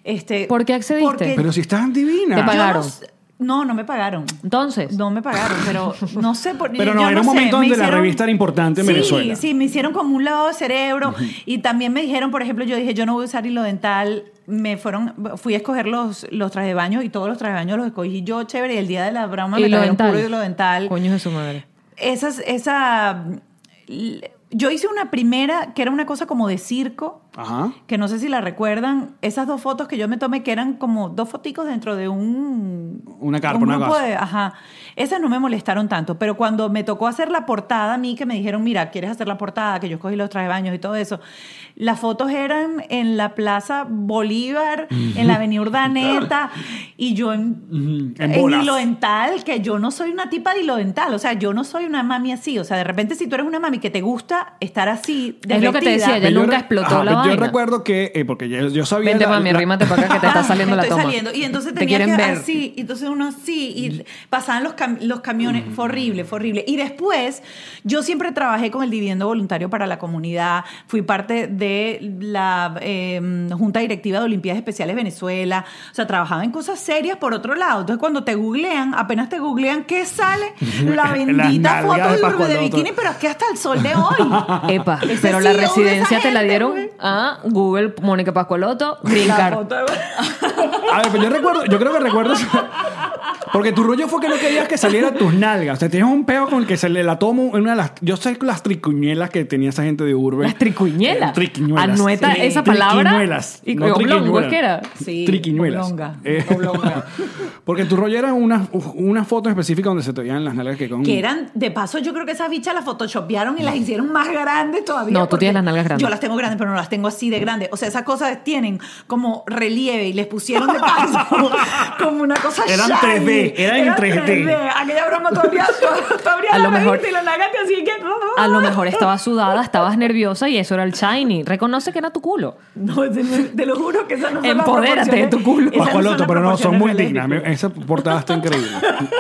B: Este,
C: ¿Por qué accediste?
B: porque
A: Pero si estás divina.
C: Te
B: yo no
C: pagaron.
B: s- No, no me pagaron.
C: Entonces.
B: No me pagaron, pero no sé por
A: Pero no,
B: yo
A: era un
B: sé,
A: momento
B: me
A: donde la revista era importante en
B: Sí,
A: Venezuela.
B: Sí, me hicieron como un lavado de cerebro y también me dijeron, por ejemplo, yo dije, yo no voy a usar hilo dental. Me fueron, fui a escoger los, los trajes de baño y todos los trajes de baño los escogí yo, chévere, y el día de la broma me
C: Hilo
B: trajeron
C: dental.
B: puro hilo dental.
C: Coño de su madre.
B: Esas, esa... Yo hice una primera que era una cosa como de circo
A: Ajá.
B: que no sé si la recuerdan, esas dos fotos que yo me tomé, que eran como dos foticos dentro de un...
A: Una carpa,
B: un
A: una
B: grupo
A: cosa.
B: de- Ajá. Esas no me molestaron tanto, pero cuando me tocó hacer la portada a mí, que me dijeron, mira, ¿quieres hacer la portada? Que yo escogí los trajes de baños y todo eso. Las fotos eran en la Plaza Bolívar, en la Avenida Urdaneta, y yo en,
A: en bolas.
B: hilo dental, que yo no soy una tipa de hilo dental, o sea, yo no soy una mami así, o sea, de repente si tú eres una mami que te gusta estar así,
C: Es lo que te
B: desvestida,
C: decía, Ella
A: Pero yo
C: nunca
A: re-
C: explotó la
A: pero Yo
C: vaina.
A: recuerdo que, eh, porque yo, yo sabía.
C: Vente,
A: la-
C: mami,
A: la-
C: arrímate para acá que te
B: Ajá,
C: está saliendo la
B: estoy
C: toma.
B: saliendo. Y entonces
C: te
B: tenía
C: quieren
B: que
C: ver.
B: así, y entonces uno así, y pasaban los, cam- los camiones, fue horrible, fue horrible. Y después, yo siempre trabajé con el Dividendo Voluntario para la Comunidad, fui parte de la eh, Junta Directiva de Olimpiadas Especiales Venezuela, o sea, trabajaba en cosas serias por otro lado. Entonces, cuando te googlean, apenas te googlean, ¿qué sale? La
A: Las
B: bendita
A: nalgas de
B: foto
A: Pascual
B: de, de
A: Loto.
B: bikini, pero es que hasta el sol de hoy.
C: Epa,
B: Ese
C: pero
B: sí,
C: la
B: uno de esa
C: residencia te la
B: gente,
C: dieron
B: güey.
C: a Google, Mónica Pascualoto, Green
B: La
C: Card.
B: foto de-
A: A ver, pero yo recuerdo, yo creo que recuerdo. Porque tu rollo fue que no querías que saliera tus nalgas. O sea, tienes un peo con el que se le la tomo en una de las. Yo sé las tricuñelas que tenía esa gente de urbe.
C: Las tricuñelas.
A: Eh, triquiñuelas.
C: Anueta
A: Sí.
C: esa palabra.
A: Triquiñuelas.
C: Y
A: no
C: oblongo,
A: triquiñuelas.
C: es que era.
B: Sí,
A: triquiñuelas.
B: oblonga,
A: Eh,
B: oblonga.
A: porque tu rollo era una, una foto específica donde se te veían las nalgas que
C: Mm.
A: con.
B: Que eran, de paso, yo creo que esas bichas las photoshopearon y las hicieron más grandes todavía.
C: No, tú
B: porque
C: tienes las nalgas grandes.
B: Yo las tengo grandes, pero no las tengo así de grandes. O sea, esas cosas tienen como relieve y les pusieron de paso como una cosa
A: Eran
B: shiny.
A: 3D, eran en 3D.
B: Aquella broma todavía, todavía
C: A
B: la
C: lo mejor-
B: revista y la nagaste así que...
C: A lo mejor estabas sudada, estabas nerviosa y eso era el shiny. Reconoce que era tu culo.
B: No, te, te lo juro que esas no son las
C: Empodérate de tu
B: proporciones-
C: culo.
B: esas no
A: Bajo
B: son
A: al
B: las
A: otro, pero no, son
B: proporciones
A: muy
B: del
A: dignas.
B: Eric.
A: Me- Esa portada está increíble.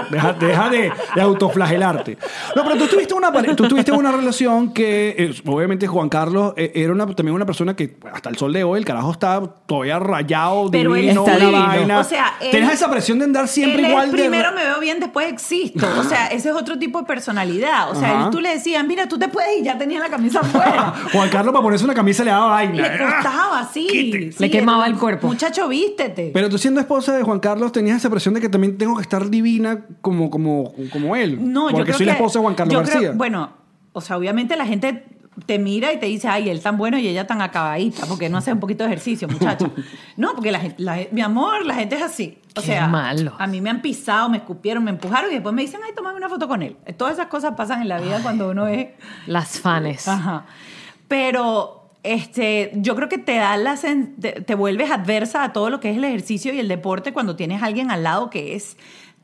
A: Deja, deja de, de autoflagelarte. No, pero tú tuviste una, pare- tú tuviste una relación que, eh, obviamente, Juan Carlos eh, era una, también una persona que pues, hasta el sol de hoy, el carajo está todavía rayado,
B: Pero él
A: divino,
C: está
A: una
C: divino.
A: vaina.
B: O sea, él-
A: Tienes esa presión de andar siempre
B: Él es,
A: igual de...
B: primero me veo bien, después existo. O sea, ese es otro tipo de personalidad. O sea,
A: Ajá.
B: él- tú le decías, mira, tú te puedes y ya tenía la camisa afuera.
A: Juan Carlos para ponerse una camisa le daba vaina.
B: Le costaba
A: quite.
B: así. Sí,
C: Le quemaba
B: era-
C: el cuerpo.
B: Muchacho, vístete.
A: Pero tú siendo esposa de Juan Carlos tenías esa presión de que también tengo que estar divina como, como, como él.
B: no, yo
A: Porque
B: creo
A: soy la
B: que-
A: esposa de Juan Carlos
B: yo creo-
A: García.
B: bueno, o sea, obviamente la gente te mira y te dice, ay, él tan bueno y ella tan acabadita, porque no hace un poquito de ejercicio, muchacho. No, porque la gente, la gen- mi amor, la gente es así. O
C: Qué
B: sea,
C: malo.
B: a mí me han pisado, me escupieron, me empujaron y después me dicen, ay, tómame una foto con él. Todas esas cosas pasan en la vida cuando uno es
C: Las fanes.
B: Ajá. Pero este, yo creo que te da la sen- te, te vuelves adversa a todo lo que es el ejercicio y el deporte cuando tienes a alguien al lado que es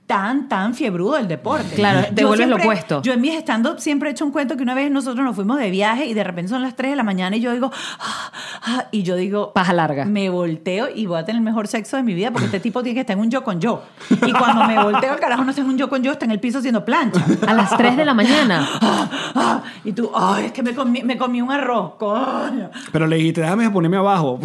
B: tan, tan fiebrudo del deporte.
C: Claro, te
B: Yo
C: vuelves lo
B: siempre-
C: opuesto.
B: Yo en mis stand-up siempre he hecho un cuento que una vez nosotros nos fuimos de viaje y de repente son las 3 de la mañana y yo digo, "Ah, ah", y yo digo,
C: Paja larga.
B: me volteo y voy a tener el mejor sexo de mi vida porque este tipo tiene que estar en un yo con yo. Y cuando me volteo, el carajo no está en un yo con yo, está en el piso haciendo plancha.
C: A las 3 de la mañana.
B: Ah, ah, y tú, ay, es que me comí, me comí un arroz, coño.
A: Pero le dijiste, déjame ponerme abajo.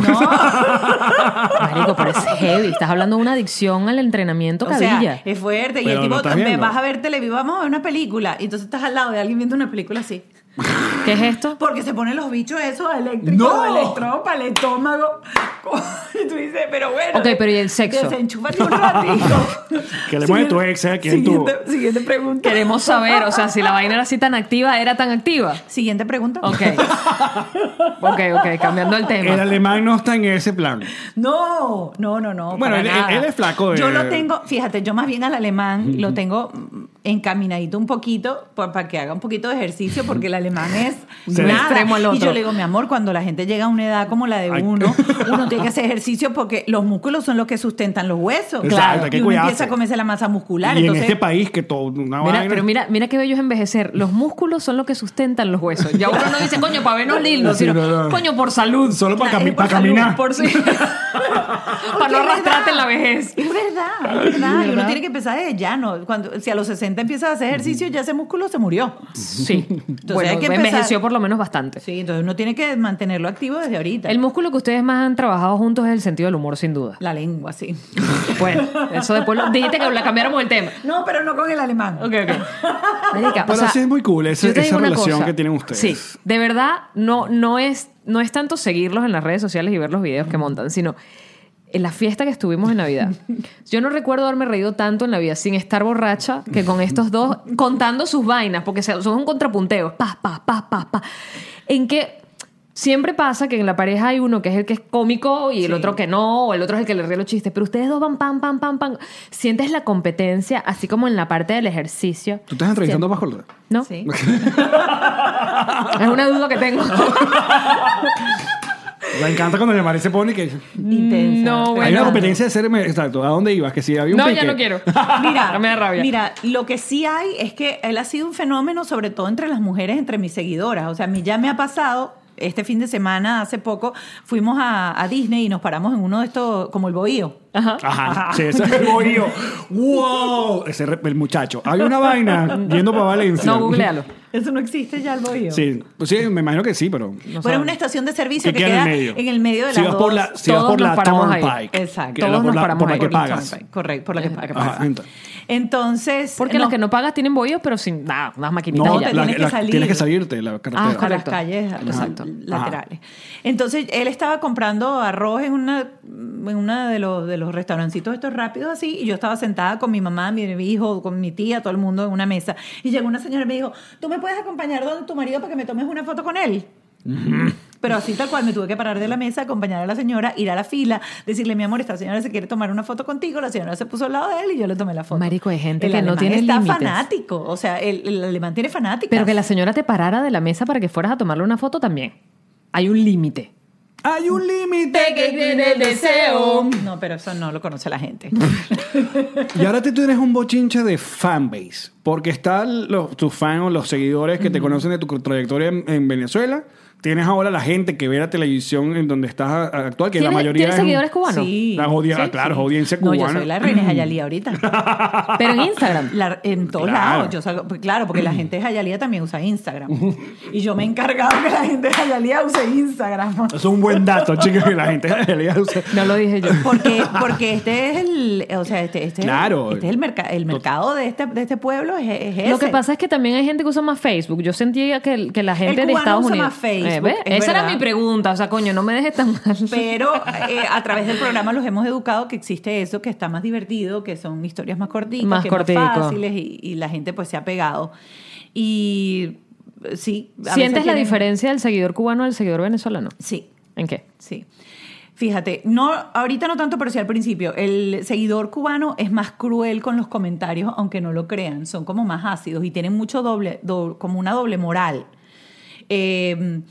C: Marico, pero es heavy. Estás hablando de una adicción al entrenamiento
B: O sea, eh,
C: cabilla.
B: es fuerte. Y
A: Pero
B: el
A: lo
B: tipo,
A: estás
B: me
A: viendo.
B: vas a ver televisión, vamos a ver una película. Y entonces estás al lado de alguien viendo una película así.
C: ¿Qué es esto?
B: Porque se ponen los bichos esos eléctricos,
A: ¡No!
B: electro, para el estómago. Y tú dices, pero bueno.
C: Ok, pero ¿y el sexo?
B: Desenchúfate un ratito.
A: Que le mueve tu ex, ¿eh? ¿Quién tú?
B: siguiente, siguiente pregunta.
C: Queremos saber, o sea, si la vaina era así tan activa, era tan activa.
B: Siguiente pregunta.
C: Ok. Ok, ok, cambiando el tema.
A: El alemán no está en ese plan.
B: No, no, no, no.
A: Bueno,
B: para
A: él-
B: nada.
A: él- él es flaco de-
B: Yo lo tengo, fíjate, yo más bien al alemán lo tengo mm, encaminadito un poquito pa- para que haga un poquito de ejercicio, porque el alemán es
A: Se
B: nada.
C: ve extremo al
B: Y
C: otro.
B: yo le digo, mi amor, cuando la gente llega a una edad como la de
A: Ay.
B: uno, uno tiene que hacer ejercicio porque los músculos son los que sustentan los huesos.
A: Exacto, hay que
B: y uno
A: cuidarse.
B: empieza a comerse la masa muscular.
A: y en
B: entonces,
A: este país que todo una
C: Mira,
A: vaina-
C: pero mira, mira qué bello es envejecer. Los músculos son lo que sustentan los huesos. Ya uno no dice, coño, para vernos lindos,
A: Sí,
C: sino,
A: no, no.
C: coño, por salud.
A: solo para,
B: Claro,
A: cami-
B: es por
A: para
B: salud,
A: caminar.
C: Por si- para no
B: Porque es
C: arrastrarte
B: verdad.
C: en la vejez.
B: Es verdad, es verdad. Y uno tiene que empezar desde ya, ¿no? Cuando, si a los 60 empiezas a hacer ejercicio, ya ese músculo se murió.
C: Sí. bueno,
B: hay que empezar-
C: envejeció por lo menos bastante.
B: Sí, entonces uno tiene que mantenerlo activo desde ahorita.
C: El músculo que ustedes más han trabajado juntos es el sentido del humor, sin duda.
B: La lengua, sí.
C: Bueno, eso después lo dijiste que la cambiáramos el tema.
B: No, pero no con el alemán.
C: Ok, ok. Marica, o
A: Pero
C: sea,
A: sí es muy cool ese-
C: yo te
A: esa
C: digo una
A: relación
C: cosa.
A: que tienen ustedes.
C: Sí, de verdad, no, no, es, no es tanto seguirlos en las redes sociales y ver los videos que montan, sino en la fiesta que estuvimos en Navidad. Yo no recuerdo haberme reído tanto en la vida sin estar borracha que con estos dos contando sus vainas, porque se- son un contrapunteo. Pa, pa, pa, pa, pa. En que Siempre pasa que en la pareja hay uno que es el que es cómico y el otro que no, o el otro es el que le ríe los chistes, pero ustedes dos van pam, pam, pam, pam. Sientes la competencia, así como en la parte del ejercicio.
A: ¿Tú estás entrevistando a Pascual?
C: ¿No?
B: Sí.
C: Es una duda que tengo.
A: Me encanta cuando Yamari se pone que...
B: Intensa.
C: No,
A: Hay una
C: bueno.
A: competencia de ser... Exacto, ¿a dónde ibas? Que si había un
C: No, ya
A: pique.
C: no quiero.
B: Mira,
C: No me da rabia.
B: mira, lo que sí hay es que él ha sido un fenómeno, sobre todo entre las mujeres, entre mis seguidoras. O sea, a mí ya me ha pasado. Este fin de semana, hace poco, fuimos a, a Disney y nos paramos en uno de estos, como el bohío.
C: Ajá.
A: Ajá, sí, ese es el bohío. ¡Wow! Ese re- el muchacho. Hay una vaina yendo para Valencia.
C: No, googlealo.
B: Eso no existe ya, el bohío.
A: Sí, pues sí, me imagino que sí, pero...
C: No
B: Pero es
C: saben.
B: una estación de servicio
A: Que
B: que,
A: queda
B: queda
A: en el medio.
B: en el medio de
A: Si
B: las
A: vas por
B: dos.
A: la, si vas
C: todos
A: por
C: nos
A: la
C: paramos ahí.
A: Turnpike.
B: Exacto.
A: que
C: Todos
A: la- por
C: nos
A: la-
C: paramos
A: por la
C: ahí.
A: que
C: Por la
A: pagas.
C: Turnpike.
B: Correcto, por la que
C: Ajá.
B: pagas.
A: Ajá, entra.
B: Entonces.
C: Porque las que no pagas tienen bollos, pero sin nada, unas maquinitas
A: No,
C: y ya.
B: te
A: la-
B: tienes que
A: la-
B: salir.
A: tienes que salirte de la
C: Ah,
A: carretera.
B: con
C: Correcto.
B: las calles o sea,
C: Exacto.
B: laterales. Entonces él estaba comprando arroz en una en una de los de los restaurancitos estos rápidos así y yo estaba sentada con mi mamá, mi hijo, con mi tía, todo el mundo en una mesa y llegó una señora y me dijo, "¿Tú me puedes acompañar donde tu marido para que me tomes una foto con él?" Pero así tal cual me tuve que parar de la mesa, acompañar a la señora, ir a la fila, decirle, mi amor, esta señora se quiere tomar una foto contigo. La señora se puso al lado de él y yo le tomé la foto.
C: Marico, hay gente
B: El
C: que no
B: alemán
C: tiene
B: está
C: límites.
B: fanático. O sea, el, el alemán tiene fanáticas.
C: Pero que la señora te parara de la mesa para que fueras a tomarle una foto también. Hay un límite.
A: Hay un límite.
C: que tiene el deseo.
B: No, pero eso no lo conoce la gente.
A: Y ahora te- tú tienes un bochinche de fanbase. Porque están los, tus fans, los seguidores que te conocen de tu trayectoria en, en Venezuela. Tienes ahora la gente que ve la televisión en donde estás a- a- actual, que la
C: ¿Tienes-
A: mayoría.
C: tienes
A: es un-
C: seguidores cubanos?
B: Sí.
A: La audi-
C: Sí,
A: claro,
C: sí.
A: audiencia
B: No,
A: cubana.
B: yo soy la reina Jayalía ahorita.
C: Pero en Instagram.
B: La- en todos
A: Claro.
B: lados. Yo salgo, pues, claro, porque la gente de Jayalía también usa Instagram. Y yo me he encargado que la gente de Jayalía use Instagram.
A: Eso es un buen dato, chicos, que la gente.
C: No lo dije yo.
B: Porque, porque este es el, o sea, este, este es el-
A: Claro.
B: este es el, merca- el mercado de este, de este pueblo es, es ese.
C: Lo que pasa es que también hay gente que usa más Facebook. Yo sentía que, el- que la gente
B: El
C: de
B: cubano
C: Estados
B: usa
C: Unidos. Eh,
B: más Facebook,
C: ¿ves?
B: es
C: Esa era
B: verdad.
C: mi pregunta. O sea, coño, no me dejes tan mal.
B: Pero eh, a través del programa los hemos educado que existe eso, que está más divertido, que son historias más cortitas,
C: Más
B: que
C: cortico.
B: más fáciles y, y la gente pues se ha pegado. Y eh, sí. a veces
C: ¿Sientes la
B: tienen-
C: diferencia del seguidor cubano al seguidor venezolano?
B: Sí,
C: ¿En qué?
B: sí. Fíjate, no, ahorita no tanto, pero sí al principio. El seguidor cubano es más cruel con los comentarios, aunque no lo crean. Son como más ácidos y tienen mucho doble, do- como una doble moral. Eh,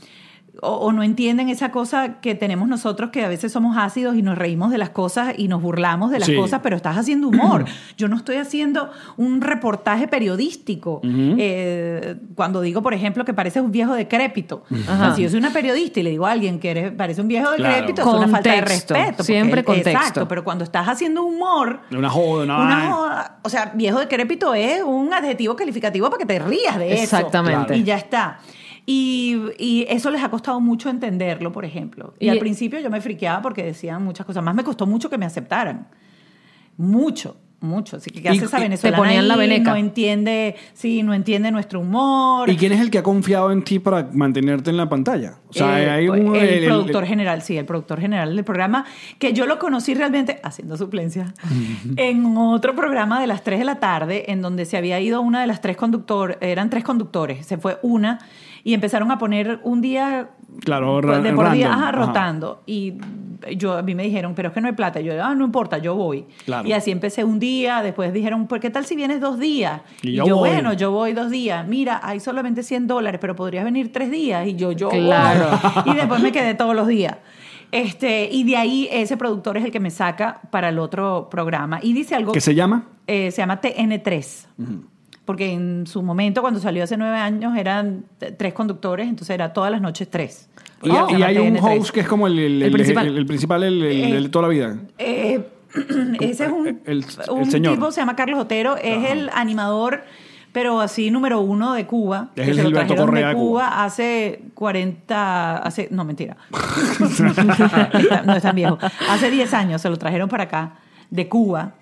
B: o, o no entienden esa cosa que tenemos nosotros, que a veces somos ácidos y nos reímos de las cosas y nos burlamos de las
A: Sí.
B: cosas, pero estás haciendo humor. Yo no estoy haciendo un reportaje periodístico. Eh, cuando digo, por ejemplo, que pareces un viejo decrépito. O sea, si yo soy una periodista y le digo a alguien que eres, parece un viejo
A: Claro.
B: decrépito, es una falta de
C: Contexto.
B: respeto. porque-
C: Siempre contexto.
B: Exacto, pero cuando estás haciendo humor...
A: Una joda, una
B: Una
A: vaina.
B: joda, o sea, viejo decrépito es un adjetivo calificativo para que te rías de eso.
C: Exactamente.
B: Y ya está. Y, y eso les ha costado mucho entenderlo, por ejemplo. Y,
C: Y-
B: al principio yo me friqueaba porque decían muchas cosas. Más me costó mucho que me aceptaran. Mucho, mucho. Así que ¿qué
C: Y-
B: hace esa
C: y te
B: venezolana
C: ponían
B: ahí?
C: la veneca.
B: No entiende, sí, no entiende nuestro humor.
A: ¿Y quién es el que ha confiado en ti para mantenerte en la pantalla? O sea,
B: Eh,
A: hay
B: pues,
A: un.
B: el,
A: el- el-
B: productor general, sí, el productor general del programa, que yo lo conocí realmente haciendo suplencia en otro programa de las 3 de la tarde, en donde se había ido una de las tres conductores, eran tres conductores, se fue una y empezaron a poner un día
A: Claro, ra-
B: de por día
A: random,
B: ajá,
A: ajá.
B: rotando y yo a mí me dijeron, "Pero es que no hay plata." Yo, "Ah, no importa, yo voy."
A: Claro.
B: Y así empecé un día, después dijeron, "¿Por qué tal si vienes dos días?"
A: Y
B: Y,
A: yo
B: yo,
A: voy.
B: "Bueno, yo voy dos días. Mira, hay solamente 100 dólares, pero podrías venir tres días." Y yo, "Yo voy".
C: Claro.
B: Y después me quedé todos los días. Este, y de ahí ese productor es el que me saca para el otro programa. Y dice algo
A: ¿Qué se llama?
B: eh, se llama TN3. Porque en su momento, cuando salió hace nueve años, eran t- tres conductores, entonces era todas las noches tres.
A: Y,
B: Se
A: y
B: llama
A: hay un
B: TN3.
A: host que es como el, el-
C: El
A: el-
C: principal.
A: el- el principal, el, el- el de toda la vida.
B: Eh, ese es un,
A: El- el
B: un
A: señor.
B: tipo, se llama Carlos Otero, es el animador, pero así número uno de Cuba.
A: Es
B: que
A: el
B: se lo
A: Gilberto
B: trajeron
A: Correa de
B: de
A: Cuba.
B: Cuba, hace 40, hace, no mentira, Está- no es tan viejo, hace 10 años se lo trajeron para acá de Cuba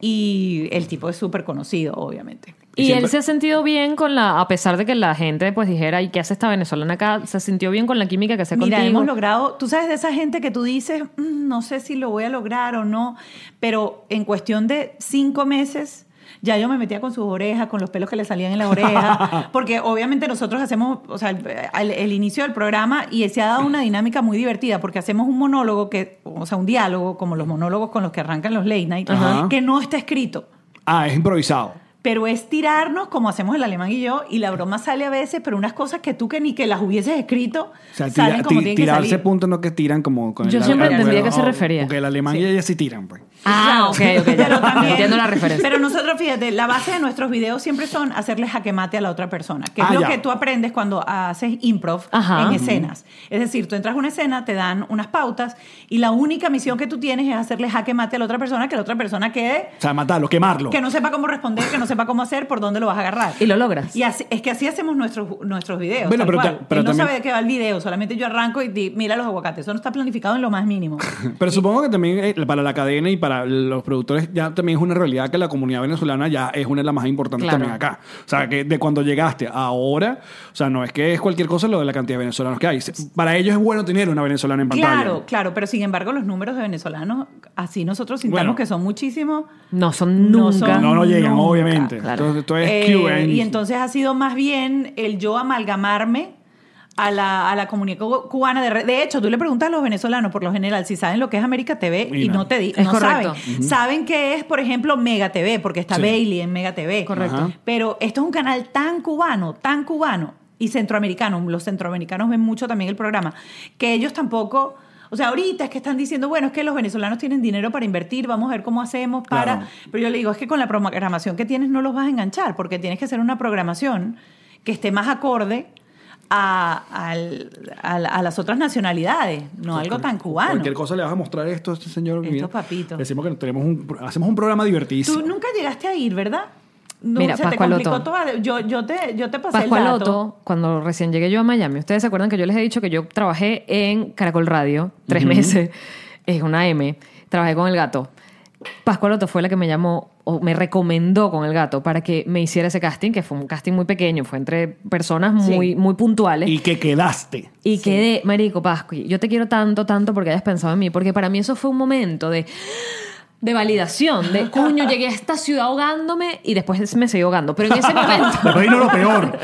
B: y el tipo es súper conocido, obviamente.
A: Y
C: Y,
A: siempre-
C: él se ha sentido bien con la, a pesar de que la gente pues dijera, ¿y qué hace esta venezolana acá? Se sintió bien con la química que hace
B: Mira,
C: contigo.
B: hemos logrado, tú sabes de esa gente que tú dices, "Mm, no sé si lo voy a lograr o no, pero en cuestión de cinco meses Ya yo me metía con sus orejas, con los pelos que le salían en la oreja, porque obviamente nosotros hacemos, o sea, el, el- el inicio del programa y se ha dado una dinámica muy divertida, porque hacemos un monólogo, que, o sea, un diálogo, como los monólogos con los que arrancan los late night,
A: Ajá.
B: que no está escrito.
A: Ah, es improvisado.
B: Pero es tirarnos, como hacemos el alemán y yo, y la broma sale a veces, pero unas cosas que tú que ni que las hubieses escrito,
A: O sea,
B: salen
A: tira-
B: como
A: ti-
B: tienen que
A: tirarse
B: salir.
A: puntos no que tiran como con
C: Yo siempre entendía
A: bueno,
C: que se
A: no,
C: refería.
A: Porque el alemán y ella sí tiran, pues.
C: Ah, ok, ok. ya.
B: Pero también-
C: Entiendo la referencia.
B: Pero nosotros, fíjate, la base de nuestros videos siempre son hacerle jaque mate a la otra persona, que es
A: Ah,
B: lo
A: ya.
B: que tú aprendes cuando haces improv
C: Ajá.
B: en escenas. Es decir, tú entras a una escena, te dan unas pautas y la única misión que tú tienes es hacerle jaque mate a la otra persona, que la otra persona quede,
A: O sea, matarlo, quemarlo.
B: que no sepa cómo responder, que no sepa cómo hacer, por dónde lo vas a agarrar.
C: Y lo logras.
B: Y así- es que así hacemos nuestros, nuestros videos.
A: Bueno,
B: tal
A: pero
B: cual.
A: ta- pero
B: Él no
A: también-
B: sabe de qué va el video, solamente yo arranco y di, mira los aguacates. Eso no está planificado en lo más mínimo.
A: Pero supongo que también eh, para la cadena y para los productores ya también es una realidad que la comunidad venezolana ya es una de las más importantes
C: Claro.
A: también acá. O sea, que de cuando llegaste a ahora, o sea, no es que es cualquier cosa lo de la cantidad de venezolanos que hay. Se- Para ellos es bueno tener una venezolana en pantalla.
B: Claro, claro, pero sin embargo los números de venezolanos, así nosotros sintamos
A: Bueno.
B: que son muchísimos.
C: No son
B: No
C: nunca.
B: son-
A: No, no llegan,
B: Nunca,
A: obviamente.
C: claro.
A: Entonces, esto es
B: Eh,
A: Q&A.
B: y entonces ha sido más bien el yo amalgamarme a la, a la comunidad cu- cubana. De, re- de hecho, tú le preguntas a los venezolanos por lo general si saben lo que es América TV y,
A: Y no.
B: no te di,
C: Es
B: no
C: correcto.
B: saben. Saben que es, por ejemplo, Mega TV, porque está
A: Sí.
B: Bailey en Mega TV.
A: Correcto. Ajá.
B: Pero esto es un canal tan cubano, tan cubano y centroamericano. Los centroamericanos ven mucho también el programa, que ellos tampoco. O sea, ahorita es que están diciendo, bueno, es que los venezolanos tienen dinero para invertir, vamos a ver cómo hacemos para...
A: Claro.
B: Pero yo le digo, es que con la programación que tienes no los vas a enganchar, porque tienes que hacer una programación que esté más acorde a, al- al- a las otras nacionalidades, no algo tan cubano.
A: Cualquier cosa le vas a mostrar esto a este señor.
B: Estos
A: mira.
B: papitos.
A: Decimos que tenemos un, hacemos un programa divertísimo.
B: Tú nunca llegaste a ir, ¿verdad? No,
C: Mira,
B: se te
C: Pascualoto.
B: complicó toda- Yo, yo, te, yo te pasé el dato.
C: Pascualoto, cuando recién llegué yo a Miami, ustedes se acuerdan que yo les he dicho que yo trabajé en Caracol Radio tres meses, es una M, trabajé con el gato. Pascualoto fue la que me llamó o me recomendó con el gato para que me hiciera ese casting, que fue un casting muy pequeño, fue entre personas muy,
B: Sí.
C: muy puntuales.
A: Y que quedaste.
C: Y quedé, Marico Pasqui, yo te quiero tanto, tanto porque hayas pensado en mí, porque para mí eso fue un momento de, de validación, de coño, llegué a esta ciudad ahogándome y después me seguí ahogando. Pero en ese momento.
A: Pero vino lo peor.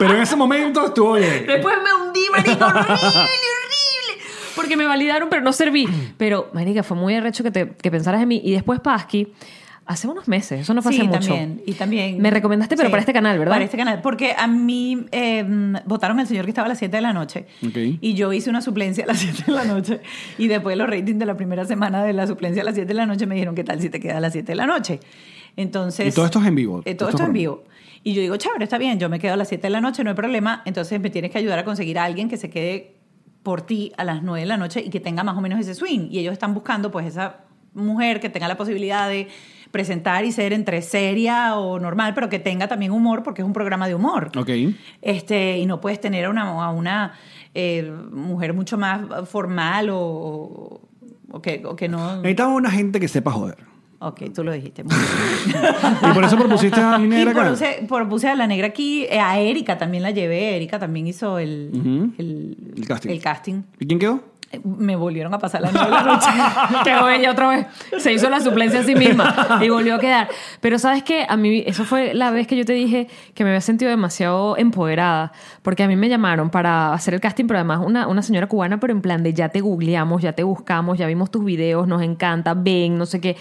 A: Pero en ese momento estuvo bien.
C: Después me hundí, marico, horrible, horrible. Porque me validaron, pero no serví. Pero, marica, fue muy arrecho que, te, que pensaras en mí. Y después Pasqui, hace unos meses, eso no fue
B: Sí,
C: hace mucho.
B: también. Y también.
C: Me recomendaste, pero para este canal, ¿verdad?
B: Para este canal. Porque a mí eh, votaron al señor que estaba a las 7 de la noche.
A: Ok.
B: Y yo hice una suplencia a las 7 de la noche. Y después los ratings de la primera semana de la suplencia a las 7 de la noche me dijeron, ¿qué tal si te queda a las 7 de la noche? Entonces.
A: Y todo esto es en vivo.
B: Eh,
A: Todo
B: todo
A: esto
B: esto
A: es
B: en
A: por-
B: vivo. Y yo digo, chévere, está bien, yo me quedo a las 7 de la noche, no hay problema. Entonces me tienes que ayudar a conseguir a alguien que se quede por ti a las 9 de la noche y que tenga más o menos ese swing. Y ellos están buscando, pues, esa mujer que tenga la posibilidad de presentar y ser entre seria o normal, pero que tenga también humor, porque es un programa de humor.
A: Ok.
B: Este, y no puedes tener a una, a una eh, mujer mucho más formal o, o que, o que no...
A: Necesitamos una gente que sepa joder.
B: Ok, tú lo dijiste. muy bien.
A: Y por eso propusiste a mi negra
B: Y
A: acá.
B: propuse, propuse a la negra aquí, eh, a Erika también la llevé, Erika también hizo el,
A: Ujú.
B: el,
A: El casting.
B: el casting.
A: ¿Y quién quedó?
B: Eh, Me volvieron a pasar la nueve de la noche.
C: Quedó ella otra vez. Se hizo la suplencia a sí misma y volvió a quedar. Pero sabes que a mí, eso fue la vez que yo te dije que me había sentido demasiado empoderada, porque a mí me llamaron para hacer el casting, pero además una, una señora cubana, pero en plan de ya te googleamos, ya te buscamos, ya vimos tus videos, nos encanta, ven, no sé qué.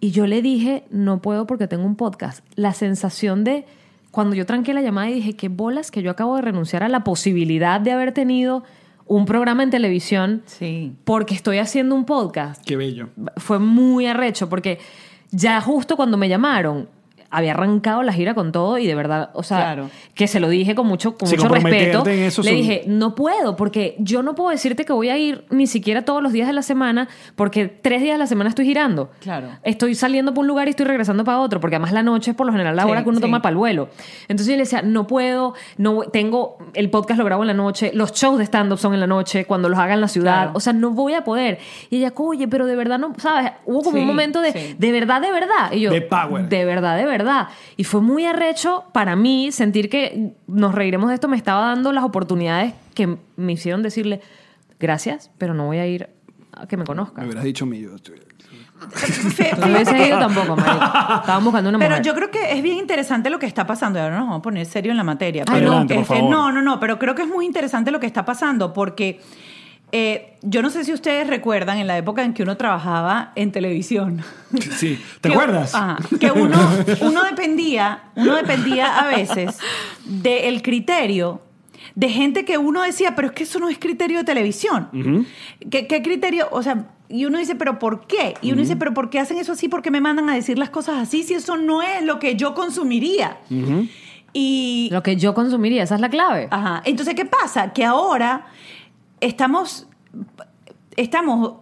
C: Y yo le dije, no puedo porque tengo un podcast. La sensación de cuando yo tranqué la llamada y dije, qué bolas que yo acabo de renunciar a la posibilidad de haber tenido un programa en televisión
B: Sí.
C: porque estoy haciendo un podcast.
A: Qué bello.
C: Fue muy arrecho porque ya justo cuando me llamaron había arrancado la gira con todo y de verdad, o sea,
B: Claro.
C: que se lo dije con mucho, con
A: Sí,
C: mucho
A: comprometerte
C: respeto.
A: en eso
C: le
A: son-
C: dije, no puedo porque yo no puedo decirte que voy a ir ni siquiera todos los días de la semana porque tres días de la semana estoy girando.
B: Claro.
C: Estoy saliendo por un lugar y estoy regresando para otro porque además la noche es por lo general la
B: Sí,
C: hora que uno
B: sí.
C: toma para el vuelo. Entonces yo le decía, no puedo, no voy- tengo el podcast lo grabo en la noche, los shows de stand up son en la noche, cuando los haga en la ciudad,
B: Claro.
C: o sea, no voy a poder. Y ella, oye, pero de verdad no, sabes, hubo como
B: Sí,
C: un momento de
B: sí.
C: de verdad, de verdad. Y yo,
A: De power.
C: De verdad, de verdad. Y fue muy arrecho para mí sentir que nos reiremos de esto me estaba dando las oportunidades que me hicieron decirle gracias, pero no voy a ir a que me conozca.
A: Me hubieras dicho mi yo. estoy-
B: Fe-
C: No hubiese ido tampoco, marico. Estaban buscando una
B: Pero
C: mujer.
B: yo creo que es bien interesante lo que está pasando. Ahora nos vamos a poner serio en la materia.
C: Ay,
B: Pero
A: Adelante, por
B: este,
A: favor.
B: No, no, no, pero creo que es muy interesante lo que está pasando porque eh, yo no sé si ustedes recuerdan en la época en que uno trabajaba en televisión.
A: Sí. ¿Te
B: Que-
A: acuerdas?
B: ajá, que uno, uno dependía, uno dependía a veces del criterio de gente que uno decía, pero es que eso no es criterio de televisión. ¿Qué, qué criterio? O sea, y uno dice, ¿pero por qué? Y uno dice, ¿pero por qué hacen eso así? ¿Por qué me mandan a decir las cosas así si eso no es lo que yo consumiría? Y.
C: Lo que yo consumiría, esa es la clave.
B: Ajá. Entonces, ¿qué pasa? Que ahora estamos, estamos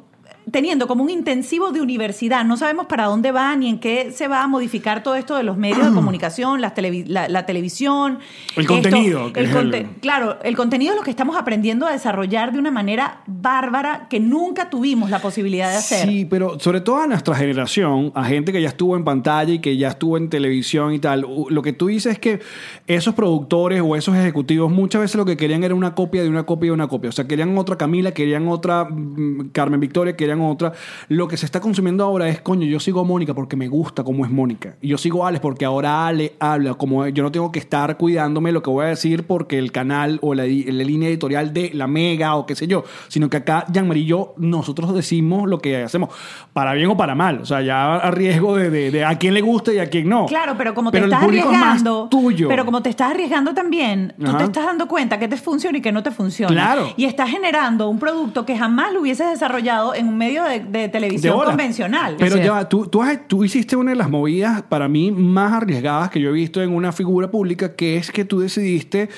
B: teniendo como un intensivo de universidad. No sabemos para dónde va ni en qué se va a modificar todo esto de los medios de comunicación, las televi- la, la televisión.
A: El contenido, que
B: el
A: es el-
B: conte- Claro, el contenido es lo que estamos aprendiendo a desarrollar de una manera bárbara que nunca tuvimos la posibilidad de hacer.
A: Sí, pero sobre todo a nuestra generación, a gente que ya estuvo en pantalla y que ya estuvo en televisión y tal, u- lo que tú dices es que esos productores o esos ejecutivos muchas veces lo que querían era una copia de una copia de una copia. O sea, querían otra Camila, querían otra mm, Carmen Victoria, querían otra. Lo que se está consumiendo ahora es, coño, yo sigo a Mónica porque me gusta cómo es Mónica. Y yo sigo a Alex porque ahora Ale habla, como yo no tengo que estar cuidándome lo que voy a decir porque el canal o la, la línea editorial de La Mega o qué sé yo, sino que acá Jean-Marie y yo, nosotros decimos lo que hacemos, para bien o para mal. O sea, ya a riesgo de, de- de a quién le gusta y a quién no.
B: Claro, pero como te
A: el
B: estás
A: público es más
B: arriesgando,
A: tuyo.
B: pero como te estás arriesgando también, tú
A: Ajá.
B: te estás dando cuenta que te funciona y que no te funciona.
A: Claro.
B: Y estás generando un producto que jamás lo hubieses desarrollado en un medio de, de
A: de
B: televisión
A: horas.
B: convencional.
A: Pero
C: Sí.
A: ya, va, tú, tú, has- tú hiciste una de las movidas para mí más arriesgadas que yo he visto en una figura pública, que es que tú decidiste